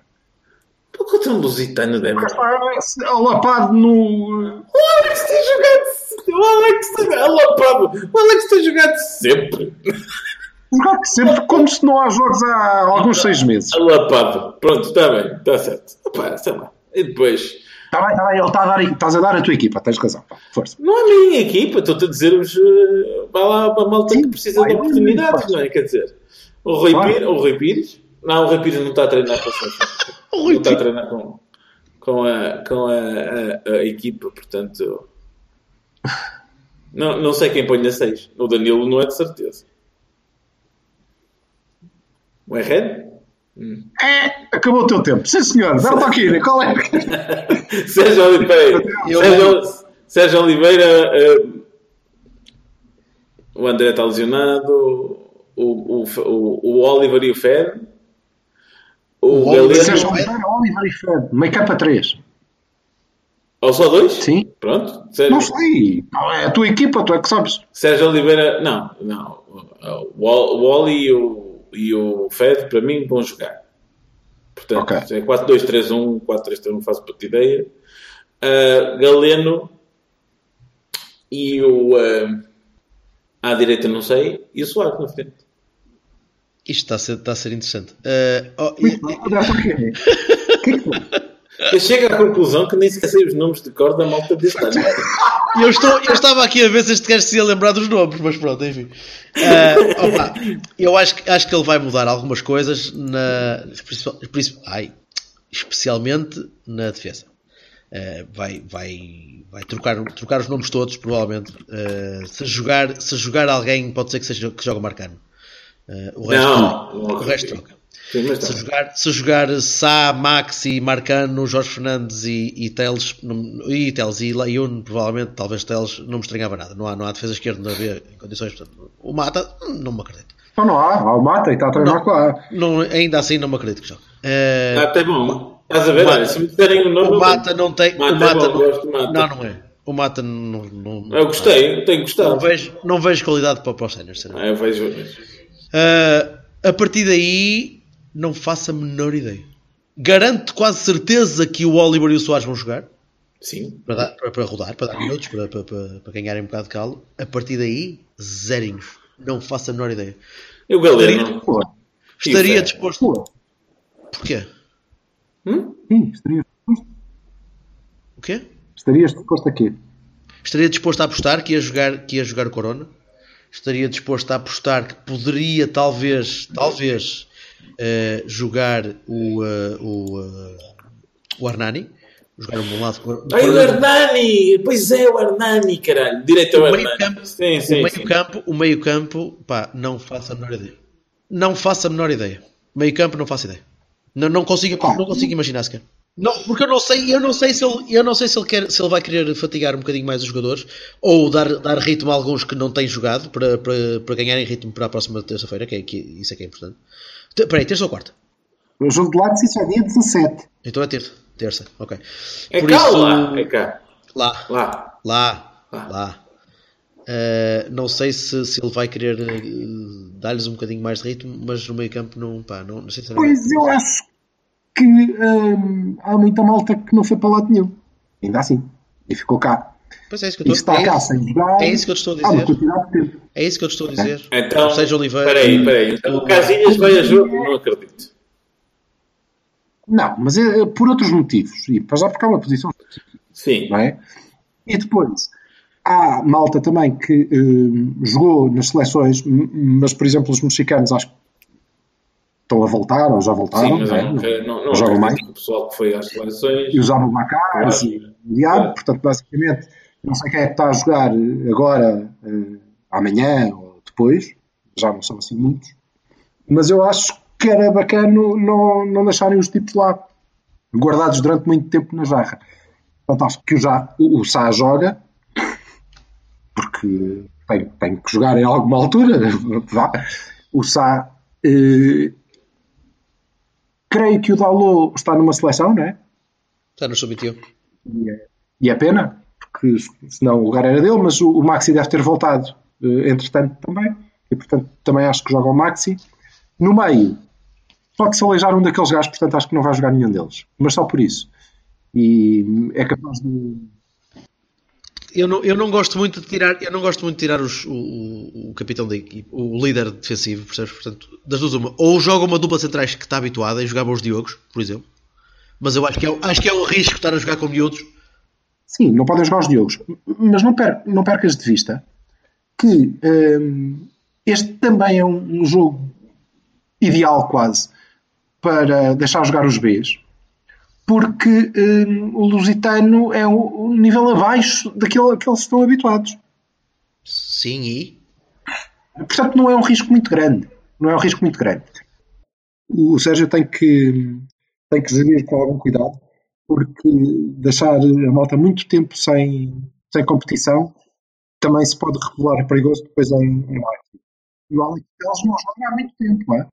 Speaker 1: Por que o tão lusitano deve?
Speaker 3: Porque está Alex alapado no.
Speaker 1: O Alex tem jogado. se- O Alex tem. Alô, Pablo, O Alex tem jogado sempre.
Speaker 3: Jogar que sempre, como se não há jogos há alguns seis meses.
Speaker 1: Alapado. Pronto, está bem. Está certo. Opa, sei lá. E depois.
Speaker 3: Está Tá bem, está bem, ele está a dar, estás a dar a tua equipa, tens razão. pá, Força.
Speaker 1: Não é minha equipa, estou-te a dizer os. eh, Vai lá para a malta que
Speaker 3: Sim,
Speaker 1: precisa
Speaker 3: vai,
Speaker 1: de
Speaker 3: vai,
Speaker 1: oportunidades,
Speaker 3: vai.
Speaker 1: não é? Quer dizer, o Rui,
Speaker 3: Vai.
Speaker 1: Pires, o Rui Pires. Não, o Rui Pires não está a treinar com a seleção.
Speaker 2: O
Speaker 1: Não
Speaker 2: Rui
Speaker 1: está a
Speaker 2: Pires.
Speaker 1: treinar com, com, a, com a, a- a equipa, portanto. Não, não sei quem põe na 6. O Danilo não é de certeza. O Herrera?
Speaker 3: É, acabou o teu tempo. Sim, senhor, dá aqui, qual é?
Speaker 1: Sérgio Oliveira.
Speaker 2: Eu-
Speaker 1: Sérgio, Sérgio Oliveira. eh, o André está lesionado. O, o, o, o Oliver e o Fer. O,
Speaker 2: O
Speaker 1: Galeno.
Speaker 2: Oliver-
Speaker 3: Sérgio Oliveira, Oliver e Fred, meio capa 3.
Speaker 1: Ou Oh, só dois?
Speaker 3: Sim.
Speaker 1: Pronto. Sérgio,
Speaker 3: Não sei, não é a tua equipa, tu é que sabes.
Speaker 1: Sérgio Oliveira. Não, não. O, Ol- o Oli e o, e o Fer, para mim, vão jogar. Portanto,
Speaker 3: Ok.
Speaker 1: é 4-2-3-1, 4-3-3, não um, faço puta ideia. Ah, Galeno e o. ah, à direita, não sei. E o Soares na frente.
Speaker 2: Isto está a ser, está a ser interessante. Eh, oh, e-
Speaker 3: Muito bem, dá para quê? Que que foi?
Speaker 1: Eu chego à conclusão que nem sequer sei os nomes de cor da malta deste ano.
Speaker 2: e eu, estou, eu estava aqui a ver se este gajo se ia lembrar dos nomes, mas pronto, enfim. Eh, opa, eu acho, que- acho que ele vai mudar algumas coisas, na, principal- princip- ai, especialmente na defesa. Eh, vai vai, vai trocar, trocar os nomes todos, provavelmente. Eh, se, jogar, se jogar alguém, pode ser que, seja, que jogue o Marcano. Eh, o resto,
Speaker 1: Não, não
Speaker 2: o resto
Speaker 1: acredito.
Speaker 2: troca.
Speaker 1: Sim, mas
Speaker 2: Se
Speaker 1: tá.
Speaker 2: jogar, se jogar Sá, Maxi, Marcano, Jorge Fernandes e, e Teles, não- e Teles e Layun, provavelmente, talvez Teles, não me estranhava nada. Não há, não há defesa esquerda na B em condições, portanto, o Mata, hum, não me acredito.
Speaker 3: Então não há, há o Mata e está a treinar com a.
Speaker 2: Não, ainda assim, não me acredito que jogue. Eh,
Speaker 1: Ah, até bom. Estás a ver?
Speaker 2: Mata.
Speaker 1: Olha, se me disserem o nome.
Speaker 2: o
Speaker 1: eu-
Speaker 2: Mata não tem.
Speaker 1: Mata
Speaker 2: o
Speaker 1: é
Speaker 2: Mata
Speaker 1: bom,
Speaker 2: não,
Speaker 1: gosto de Mata. É
Speaker 2: não, não é. O Mata não. não, não-
Speaker 1: Eu gostei, eu tenho
Speaker 2: Não
Speaker 1: gostado.
Speaker 2: vejo, não vejo qualidade para, para os Seniors.
Speaker 1: Ah,
Speaker 2: sinceramente.
Speaker 1: eu vejo.
Speaker 2: Uh, a partir daí, não faço a menor ideia. Garanto quase certeza que o Oliver e o Soares vão jogar
Speaker 1: Sim.
Speaker 2: para, dar- para- para rodar, para dar minutos, para, para- para- para ganharem um bocado de calo. A partir daí, zerinhos. Não faço a menor ideia.
Speaker 1: E o Galeno?
Speaker 3: Pô,
Speaker 2: Estaria
Speaker 1: Isso é.
Speaker 2: disposto.
Speaker 3: pô,
Speaker 2: Porquê?
Speaker 1: Hum?
Speaker 3: sim, estarias,
Speaker 2: O quê?
Speaker 3: estarias disposto aqui.
Speaker 2: Estaria disposto a apostar que ia jogar, que ia jogar o Corona? Estaria disposto a apostar que poderia, talvez, talvez, eh, jogar o, eh, o, eh, o Arnani? Jogar um bom lado.
Speaker 1: Ai, o Hernani! Pois é, o Hernani, caralho. Direito ao
Speaker 2: O meio
Speaker 1: Hernani.
Speaker 2: campo,
Speaker 1: Sim,
Speaker 2: o
Speaker 1: sim,
Speaker 2: meio
Speaker 1: sim.
Speaker 2: campo, o meio campo, pá, não faço a menor ideia. Não faço a menor ideia. Meio campo, não faço ideia. Não, não consigo,
Speaker 3: Pá.
Speaker 2: não consigo imaginar sequer. Não, porque eu não sei, eu não sei se ele, eu não sei se ele quer, se ele vai querer fatigar um bocadinho mais os jogadores ou dar, dar ritmo a alguns que não têm jogado para, para, para ganharem ritmo para a próxima terça-feira, que, é, que isso é que é importante. Te- Peraí, terça ou quarta?
Speaker 3: O jogo de Lápis isso é dia 17.
Speaker 2: Então é terça, terça, ok.
Speaker 1: É
Speaker 2: Por
Speaker 1: cá
Speaker 2: isso-
Speaker 1: ou lá? É cá.
Speaker 2: Lá,
Speaker 1: Lá.
Speaker 2: Lá,
Speaker 1: Lá.
Speaker 2: lá. Uh, não sei se, se ele vai querer uh, dar-lhes um bocadinho mais de ritmo, mas no meio campo não, pá, não, não sei se
Speaker 3: Pois eu acho que hum, há muita malta que não foi para lado nenhum. Ainda assim. E ficou cá.
Speaker 2: Pois é isso que
Speaker 3: E
Speaker 2: eu estou
Speaker 3: está
Speaker 2: é
Speaker 3: cá
Speaker 2: isso-
Speaker 3: sem jogar.
Speaker 2: é isso que eu te estou a
Speaker 3: Há uma
Speaker 2: dizer.
Speaker 3: quantidade de tempo.
Speaker 2: É isso que eu te estou a dizer.
Speaker 1: Então,
Speaker 2: O Sérgio Oliveira.
Speaker 1: Peraí, peraí. Então, o Casilhas vai a jogo? Não acredito.
Speaker 3: Não, mas é por outros motivos. E para já porque há uma posição
Speaker 1: Sim.
Speaker 3: não é? E depois, há malta também que hum, jogou nas seleções, m- mas, por exemplo, os mexicanos acho que estão a voltar, ou já voltaram,
Speaker 1: Sim, mas
Speaker 3: não é?
Speaker 1: não, não, não,
Speaker 3: Não jogam
Speaker 1: acredito
Speaker 3: mais.
Speaker 1: que O pessoal que foi às seleções.
Speaker 3: E os Abubacar,
Speaker 1: Claro.
Speaker 3: e o Diabo, portanto, basicamente, não sei quem é que está a jogar eh, agora, eh, amanhã ou depois, já não são assim muitos, mas eu acho que era bacana não, não deixarem os tipos lá guardados durante muito tempo na jarra. Portanto, acho que o, já, o o Sá joga, porque tem, tem que jogar em alguma altura, vá. O Sá. eh, creio que o Dalot está numa seleção, não é?
Speaker 2: Está no sub-21.
Speaker 3: E é pena, porque senão o lugar era dele, mas o, o Maxi deve ter voltado eh, entretanto também, e portanto também acho que joga o Maxi. No meio, pode se aleijar um daqueles gajos, portanto acho que não vai jogar nenhum deles, mas só por isso. E é capaz de.
Speaker 2: Eu não, eu não gosto muito de tirar, eu não gosto muito de tirar os- o, o- o capitão da equipe, o líder defensivo, percebes? Portanto, das duas uma. Ou joga uma dupla de centrais que está habituada e jogava os Diogos, por exemplo. Mas eu acho que é, um- acho que é um risco estar a jogar com miúdos.
Speaker 3: Sim, não podem jogar os Diogos, mas não, per- não percas de vista que hum, este também é um, um jogo ideal quase para deixar jogar os Bs, porque hum, o Lusitano é um, um nível abaixo daquele a que eles estão habituados.
Speaker 2: Sim, e.
Speaker 3: Portanto, não é um risco muito grande. Não é um risco muito grande. O Sérgio tem que, tem que gerir com algum cuidado, porque deixar a malta muito tempo sem, sem competição também se pode revelar perigoso depois em, em live. E o Alex Teles não joga há muito tempo, não é?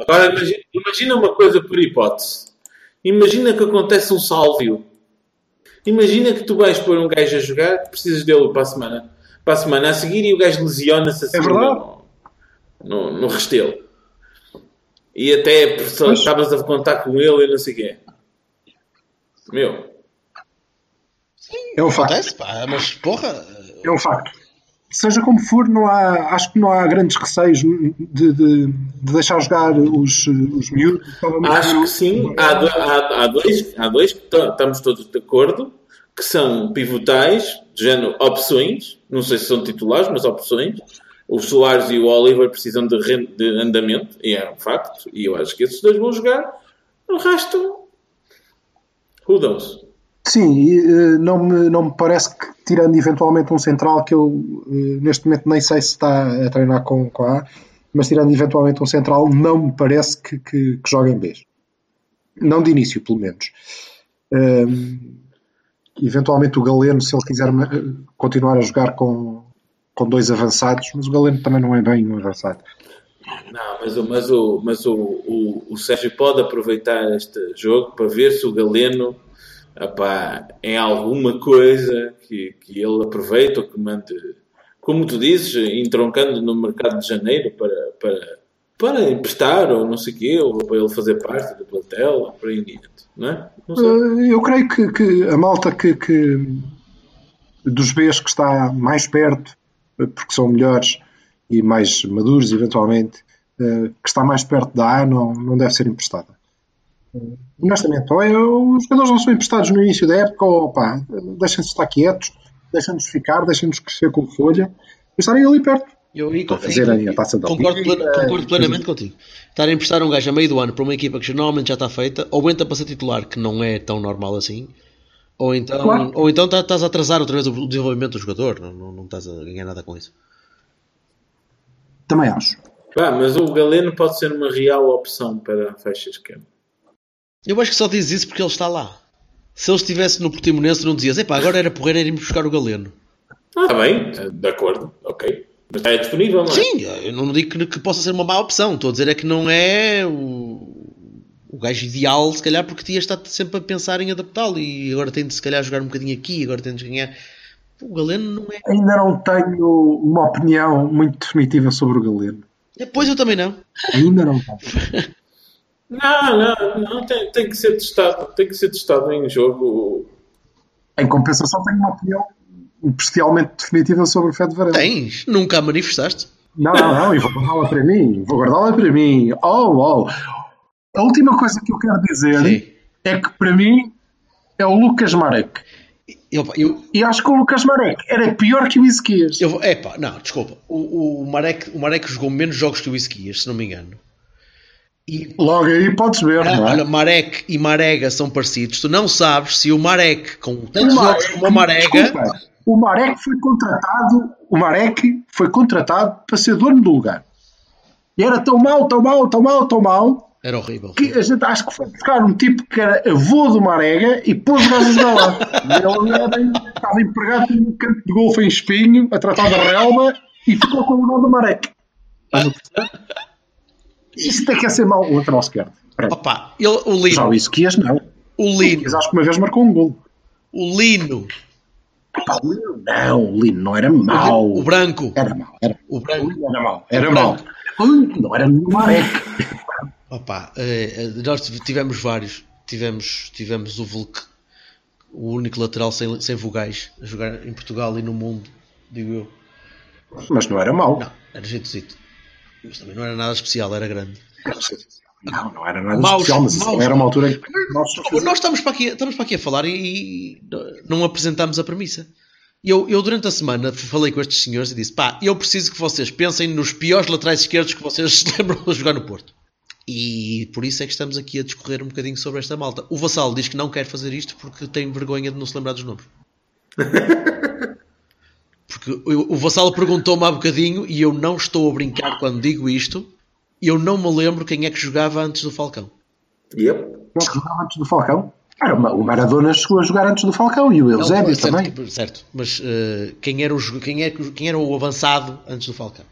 Speaker 1: Agora imagina, imagina uma coisa por hipótese. Imagina que acontece um sálvio. Imagina que tu vais pôr um gajo a jogar, precisas dele para a semana. Para a semana a seguir e o gajo lesiona-se a
Speaker 3: É
Speaker 1: seguir
Speaker 3: verdade.
Speaker 1: no, no, no restelo. E até por- só
Speaker 3: Pois.
Speaker 1: estavas a contar com ele e não sei o quê. Meu,
Speaker 3: É um facto.
Speaker 2: Acontece, pá, mas porra.
Speaker 3: É um facto. Seja como for, não há, acho que não há grandes receios de, de, de deixar jogar os, os miúdos.
Speaker 1: acho que sim. Há, do- há- há dois, há dois que to- estamos todos de acordo, que são pivotais, de género opções, não sei se são titulares, mas opções. O Soares e o Oliver precisam de, ren- de andamento, e é um facto, e eu acho que esses dois vão jogar. O resto, who knows?
Speaker 3: Sim, e, eh, não, me, não me parece que, tirando eventualmente um central, que eu eh, neste momento nem sei se está a treinar com, com a A, mas tirando eventualmente um central, não me parece que, que, que jogue em B. Não de início, pelo menos. Ehm, eventualmente o Galeno, se ele quiser ma- continuar a jogar com, com dois avançados, mas o Galeno também não é bem um avançado.
Speaker 1: Não, mas, o- mas, o, mas o, o, o Sérgio pode aproveitar este jogo para ver se o Galeno epá, em alguma coisa que, que ele aproveita ou que mande, como tu dizes, entroncando no mercado de janeiro para, para, para emprestar ou não sei o quê, ou para ele fazer parte do plantel, ou por aí em diante, não é? Não sei.
Speaker 3: Eh, Eu creio que, que a malta que, que- dos Bs que está mais perto, eh, porque são melhores e mais maduros, eventualmente, eh, que está mais perto da A, não, não deve ser emprestada. Honestamente, ou é- ou os jogadores não são emprestados no início da época, ou pá, deixem-se estar quietos, deixem-nos ficar, deixem-nos crescer com folha, e estarem ali perto.
Speaker 2: Eu e,
Speaker 3: fazer
Speaker 2: e-
Speaker 3: a taça da
Speaker 2: concordo,
Speaker 3: Liga,
Speaker 2: plena- concordo plenamente contigo. Estar a emprestar um gajo a meio do ano para uma equipa que normalmente já está feita, ou entra para ser titular, que não é tão normal assim, ou então,
Speaker 3: Claro.
Speaker 2: ou então tá- estás a atrasar outra vez o desenvolvimento do jogador, não, não, não estás a ganhar nada com isso.
Speaker 3: Também acho.
Speaker 1: Pá, mas o Galeno pode ser uma real opção para a faixa esquerda.
Speaker 2: Eu acho que só diz isso porque ele está lá. Se ele estivesse no Portimonense, não dizias, epá, agora era porreira irmos buscar o Galeno.
Speaker 1: Ah, está bem, de acordo, ok. Mas está disponível, não é?
Speaker 2: Sim, eu não digo que, que possa ser uma má opção, estou a dizer é que não é o, o gajo ideal, se calhar, porque tinha estado sempre a pensar em adaptá-lo e agora tem de se calhar jogar um bocadinho aqui, agora tem de ganhar. O Galeno não é.
Speaker 3: Ainda não tenho uma opinião muito definitiva sobre o Galeno.
Speaker 2: Depois eu também não.
Speaker 3: Ainda não tenho.
Speaker 1: Não, não, não, tem, tem que ser testado, tem que ser testado em jogo.
Speaker 3: Em compensação, tenho uma opinião bestialmente definitiva sobre o Fed Varela.
Speaker 2: Tens, nunca a manifestaste.
Speaker 3: Não, não, não, e vou guardá-la para mim. Vou guardá-la para mim. Oh, oh. A última coisa que eu quero dizer
Speaker 2: Sim.
Speaker 3: é que para mim é o Lucas Marek.
Speaker 2: Eu, eu,
Speaker 3: E acho que o Lucas Marek era pior que o Isquias.
Speaker 2: eu, vou- epá, não, desculpa. O, o, o, Marek, o Marek jogou menos jogos que o Isquias, se não me engano. E
Speaker 3: Logo aí podes ver,
Speaker 2: Ah,
Speaker 3: não é?
Speaker 2: Olha, Marek e Marega são parecidos. Tu não sabes se o Marek, com tantos jogos como a
Speaker 3: Desculpa,
Speaker 2: Marega,
Speaker 3: o Marek foi contratado, o Marek foi contratado para ser dono do lugar. E era tão mau, tão mau, tão mau, tão mau,
Speaker 2: era horrível.
Speaker 3: que a gente acho que foi buscar um tipo que era avô do Marega e pôs o gajo a jogar lá. Ele era, estava empregado num campo de golfe em espinho, a tratar da relva, e ficou com o nome do Marek.
Speaker 2: Ah,
Speaker 3: Estás a perceber? Isto é que é ser mau, o lateral esquerdo. Pronto.
Speaker 2: Opa, ele, o
Speaker 3: Já
Speaker 2: Lino,
Speaker 3: o Isquias não.
Speaker 2: o
Speaker 3: O
Speaker 2: Lino,
Speaker 3: Isquias acho que uma vez marcou um gol.
Speaker 2: o Lino,
Speaker 3: Pá, o Lino não, o Lino não era
Speaker 2: o-
Speaker 3: mau.
Speaker 2: o branco,
Speaker 3: Era mau, era.
Speaker 2: o
Speaker 3: O
Speaker 2: branco.
Speaker 3: Lino era mau, era mau. O Lino não era nenhum Marek.
Speaker 2: Opa, eh, eh, nós tive- tivemos vários. Tivemos, tivemos o Vulk, o único lateral sem, sem vogais a jogar em Portugal e no mundo, digo eu.
Speaker 3: Mas não era mau.
Speaker 2: Não, era jeitosito. Mas também não era nada especial, era grande.
Speaker 3: Não, não era nada
Speaker 2: Maus,
Speaker 3: especial, mas isso
Speaker 2: maus.
Speaker 3: era uma altura em que nós só
Speaker 2: Nós estamos para aqui, estamos para aqui a falar e, e não apresentamos a premissa. Eu, eu, durante a semana, falei com estes senhores e disse: pá, eu preciso que vocês pensem nos piores laterais esquerdos que vocês se lembram de jogar no Porto. E por isso é que estamos aqui a discorrer um bocadinho sobre esta malta. O Vassal diz que não quer fazer isto porque tem vergonha de não se lembrar dos nomes. Porque o, o Vassal perguntou-me há bocadinho, e eu não estou a brincar quando digo isto, eu não me lembro quem é que jogava antes do Falcão.
Speaker 1: Yep.
Speaker 3: não se jogava antes do Falcão. Era uma- o Maradona chegou a jogar antes do Falcão e o
Speaker 2: Não,
Speaker 3: Eusébio
Speaker 2: certo,
Speaker 3: também.
Speaker 2: que- Certo, mas eh, quem, era o, jogo- quem, era, quem era o avançado antes do Falcão?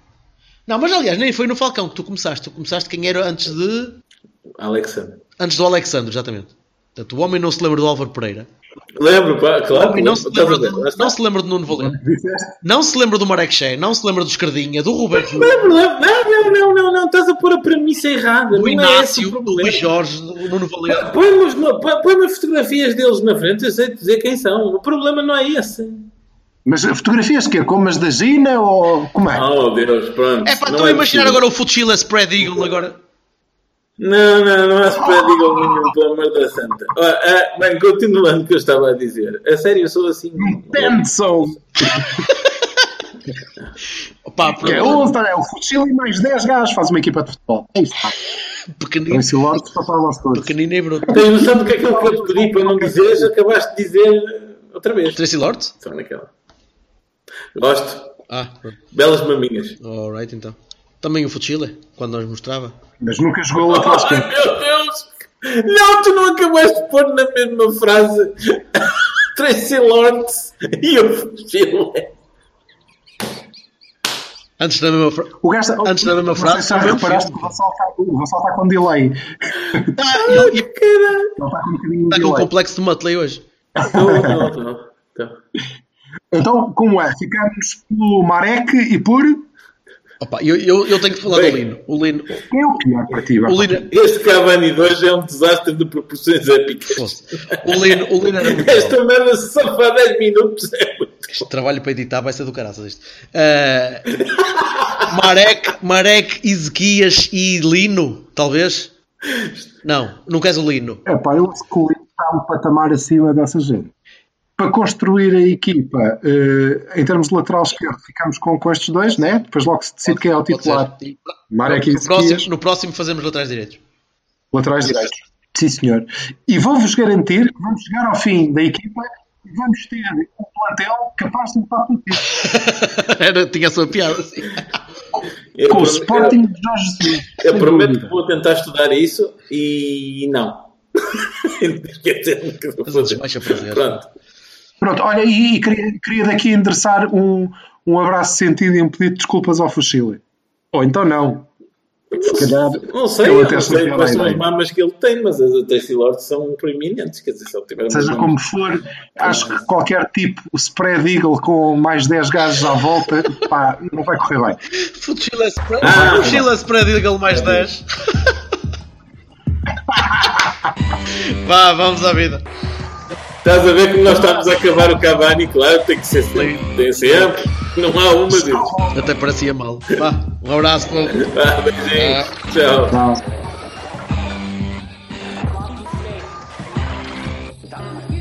Speaker 2: Não, mas aliás, nem foi no Falcão que tu começaste. Tu começaste quem era antes de.
Speaker 1: Alexandre.
Speaker 2: Antes do Alexandre, exatamente. Portanto, o homem não se lembra do Álvaro Pereira.
Speaker 1: Lembro, pá,
Speaker 2: O
Speaker 1: claro.
Speaker 2: homem não se
Speaker 1: Estás
Speaker 2: lembra,
Speaker 1: a ver, tá-
Speaker 2: do,
Speaker 1: lá está.
Speaker 2: não se lembra do Nuno Valente.
Speaker 3: Disseste?
Speaker 2: Não se lembra do Marexé. Não se lembra do Escardinha, do Rubem Júnior,
Speaker 1: Lembro, lembro. Não, não, não, não, não, estás a pôr a premissa errada.
Speaker 2: do
Speaker 1: não é esse
Speaker 2: Inácio,
Speaker 1: o
Speaker 2: do Luís
Speaker 1: problema.
Speaker 2: Jorge, do Nuno Valente.
Speaker 1: Põe-me os no- põe- põe-me as fotografias deles na frente, eu sei dizer quem são. O problema não é esse.
Speaker 3: Mas fotografias que é como as da Gina ou como é?
Speaker 1: Oh, Deus, pronto.
Speaker 2: É pá,
Speaker 1: Não
Speaker 2: estou a imaginar
Speaker 1: possível.
Speaker 2: agora o Futchila Spread Eagle agora.
Speaker 1: Não, não, não há spread igual nenhum, pelo amor da santa. Ora, ah, bem, continuando o que eu estava a dizer. A sério, eu sou assim.
Speaker 2: Hum,
Speaker 3: Benson,
Speaker 2: Pá,
Speaker 3: que é 11, é o Fuchil e mais 10 gajos faz uma equipa de futebol. É isto. pá.
Speaker 2: pequenino,
Speaker 3: Luís Lorde para falar aos todos.
Speaker 2: pequenino e bruto.
Speaker 1: Tens noção do que é aquilo que eu te pedi para não dizeres? Acabaste de dizer eh, outra vez.
Speaker 2: Tracy Lords?
Speaker 1: Só naquela. Gosto.
Speaker 2: Ah, pronto.
Speaker 1: Belas maminhas.
Speaker 2: Alright, então. Também o Futchila, quando nós mostrava.
Speaker 3: Mas nunca jogou lá para os
Speaker 2: é.
Speaker 1: Ai, meu Deus! Não, tu não acabaste de pôr na mesma frase Tracy Lords e o Chile.
Speaker 2: Antes da mesma fra-
Speaker 3: O gajo,
Speaker 2: Antes da mesma
Speaker 3: Não sei
Speaker 2: frase,
Speaker 3: se já
Speaker 2: foi mesmo
Speaker 3: reparaste que o Vassal está, o Vassal está com delay.
Speaker 2: Ah, ele ele
Speaker 1: Caralho!
Speaker 3: Ele está com um bocadinho de
Speaker 2: está Tá com o
Speaker 3: delay.
Speaker 2: complexo de Muttley hoje.
Speaker 1: Não, não, não. Então,
Speaker 3: Então, como é? Ficamos pelo Marek e por.
Speaker 2: Opa, eu, eu, eu tenho que falar
Speaker 1: Bem.
Speaker 2: do Lino. O Lino,
Speaker 3: Quem é o pior para ti,
Speaker 2: o
Speaker 3: Vasco?
Speaker 2: Lino,
Speaker 1: Este Cavani 2 é um desastre de proporções épicas.
Speaker 2: fosse. o Lino, o Lino era muito bom.
Speaker 1: Esta merda se safa 10 minutos é muito.
Speaker 2: Este trabalho para editar vai ser do caraças isto. Ah, Marek, Marek, Ezequias e Lino, talvez. Não, não queres o Lino.
Speaker 3: É pá, eu acho que o Lino está um patamar acima dessa gente. Para construir a equipa, eh, em termos de lateral esquerdo, ficamos com, com estes dois, né? Depois logo se decide quem é o
Speaker 2: Pode
Speaker 3: titular.
Speaker 2: ser. E-
Speaker 3: Marek
Speaker 2: no, próximo,
Speaker 3: Iskias,
Speaker 2: no próximo fazemos laterais direitos.
Speaker 3: laterais direitos. Sim, senhor. E vou-vos garantir que vamos chegar ao fim da equipa e vamos ter um plantel capaz de lutar pelo título.
Speaker 2: Era, tinha a sua piada. sim.
Speaker 1: Eu
Speaker 3: Com o
Speaker 1: pro-
Speaker 3: Sporting de Jorge Jesus.
Speaker 1: Eu, eu
Speaker 3: sem
Speaker 1: prometo que
Speaker 3: dúvida.
Speaker 1: vou tentar estudar isso e não. Esquecendo o que vou
Speaker 2: Mas
Speaker 1: fazer.
Speaker 2: desmancha para ver.
Speaker 1: Pronto.
Speaker 3: Pronto, olha, e, e queria, queria daqui endereçar um, um abraço sentido e um pedido de desculpas ao Fuxile. Ou então não. Se calhar.
Speaker 1: Não sei,
Speaker 3: Eu
Speaker 1: eu
Speaker 3: até
Speaker 1: não
Speaker 3: sei
Speaker 1: sei
Speaker 3: que
Speaker 1: quais
Speaker 3: vai
Speaker 1: são as
Speaker 3: bem.
Speaker 1: mamas que ele tem, mas as do Tasty Lord são preeminentes. Quer dizer, se ele tiver umas
Speaker 3: Seja
Speaker 1: mamas-
Speaker 3: como for, acho que qualquer tipo, o spread eagle com mais 10 gajos à volta, pá, não vai correr bem.
Speaker 2: Fuchila Spread.
Speaker 1: Ah,
Speaker 2: Fuchila Spread Eagle mais 10. Vá, vamos à vida.
Speaker 1: Estás a ver como nós estamos a acabar o Cavani, claro, tem que ser sempre. Tem sempre. Não há uma deles.
Speaker 2: Até parecia mal. Vá, um abraço, povo.
Speaker 1: Ah, beijinhos. Tchau.
Speaker 3: Não.
Speaker 5: Stop.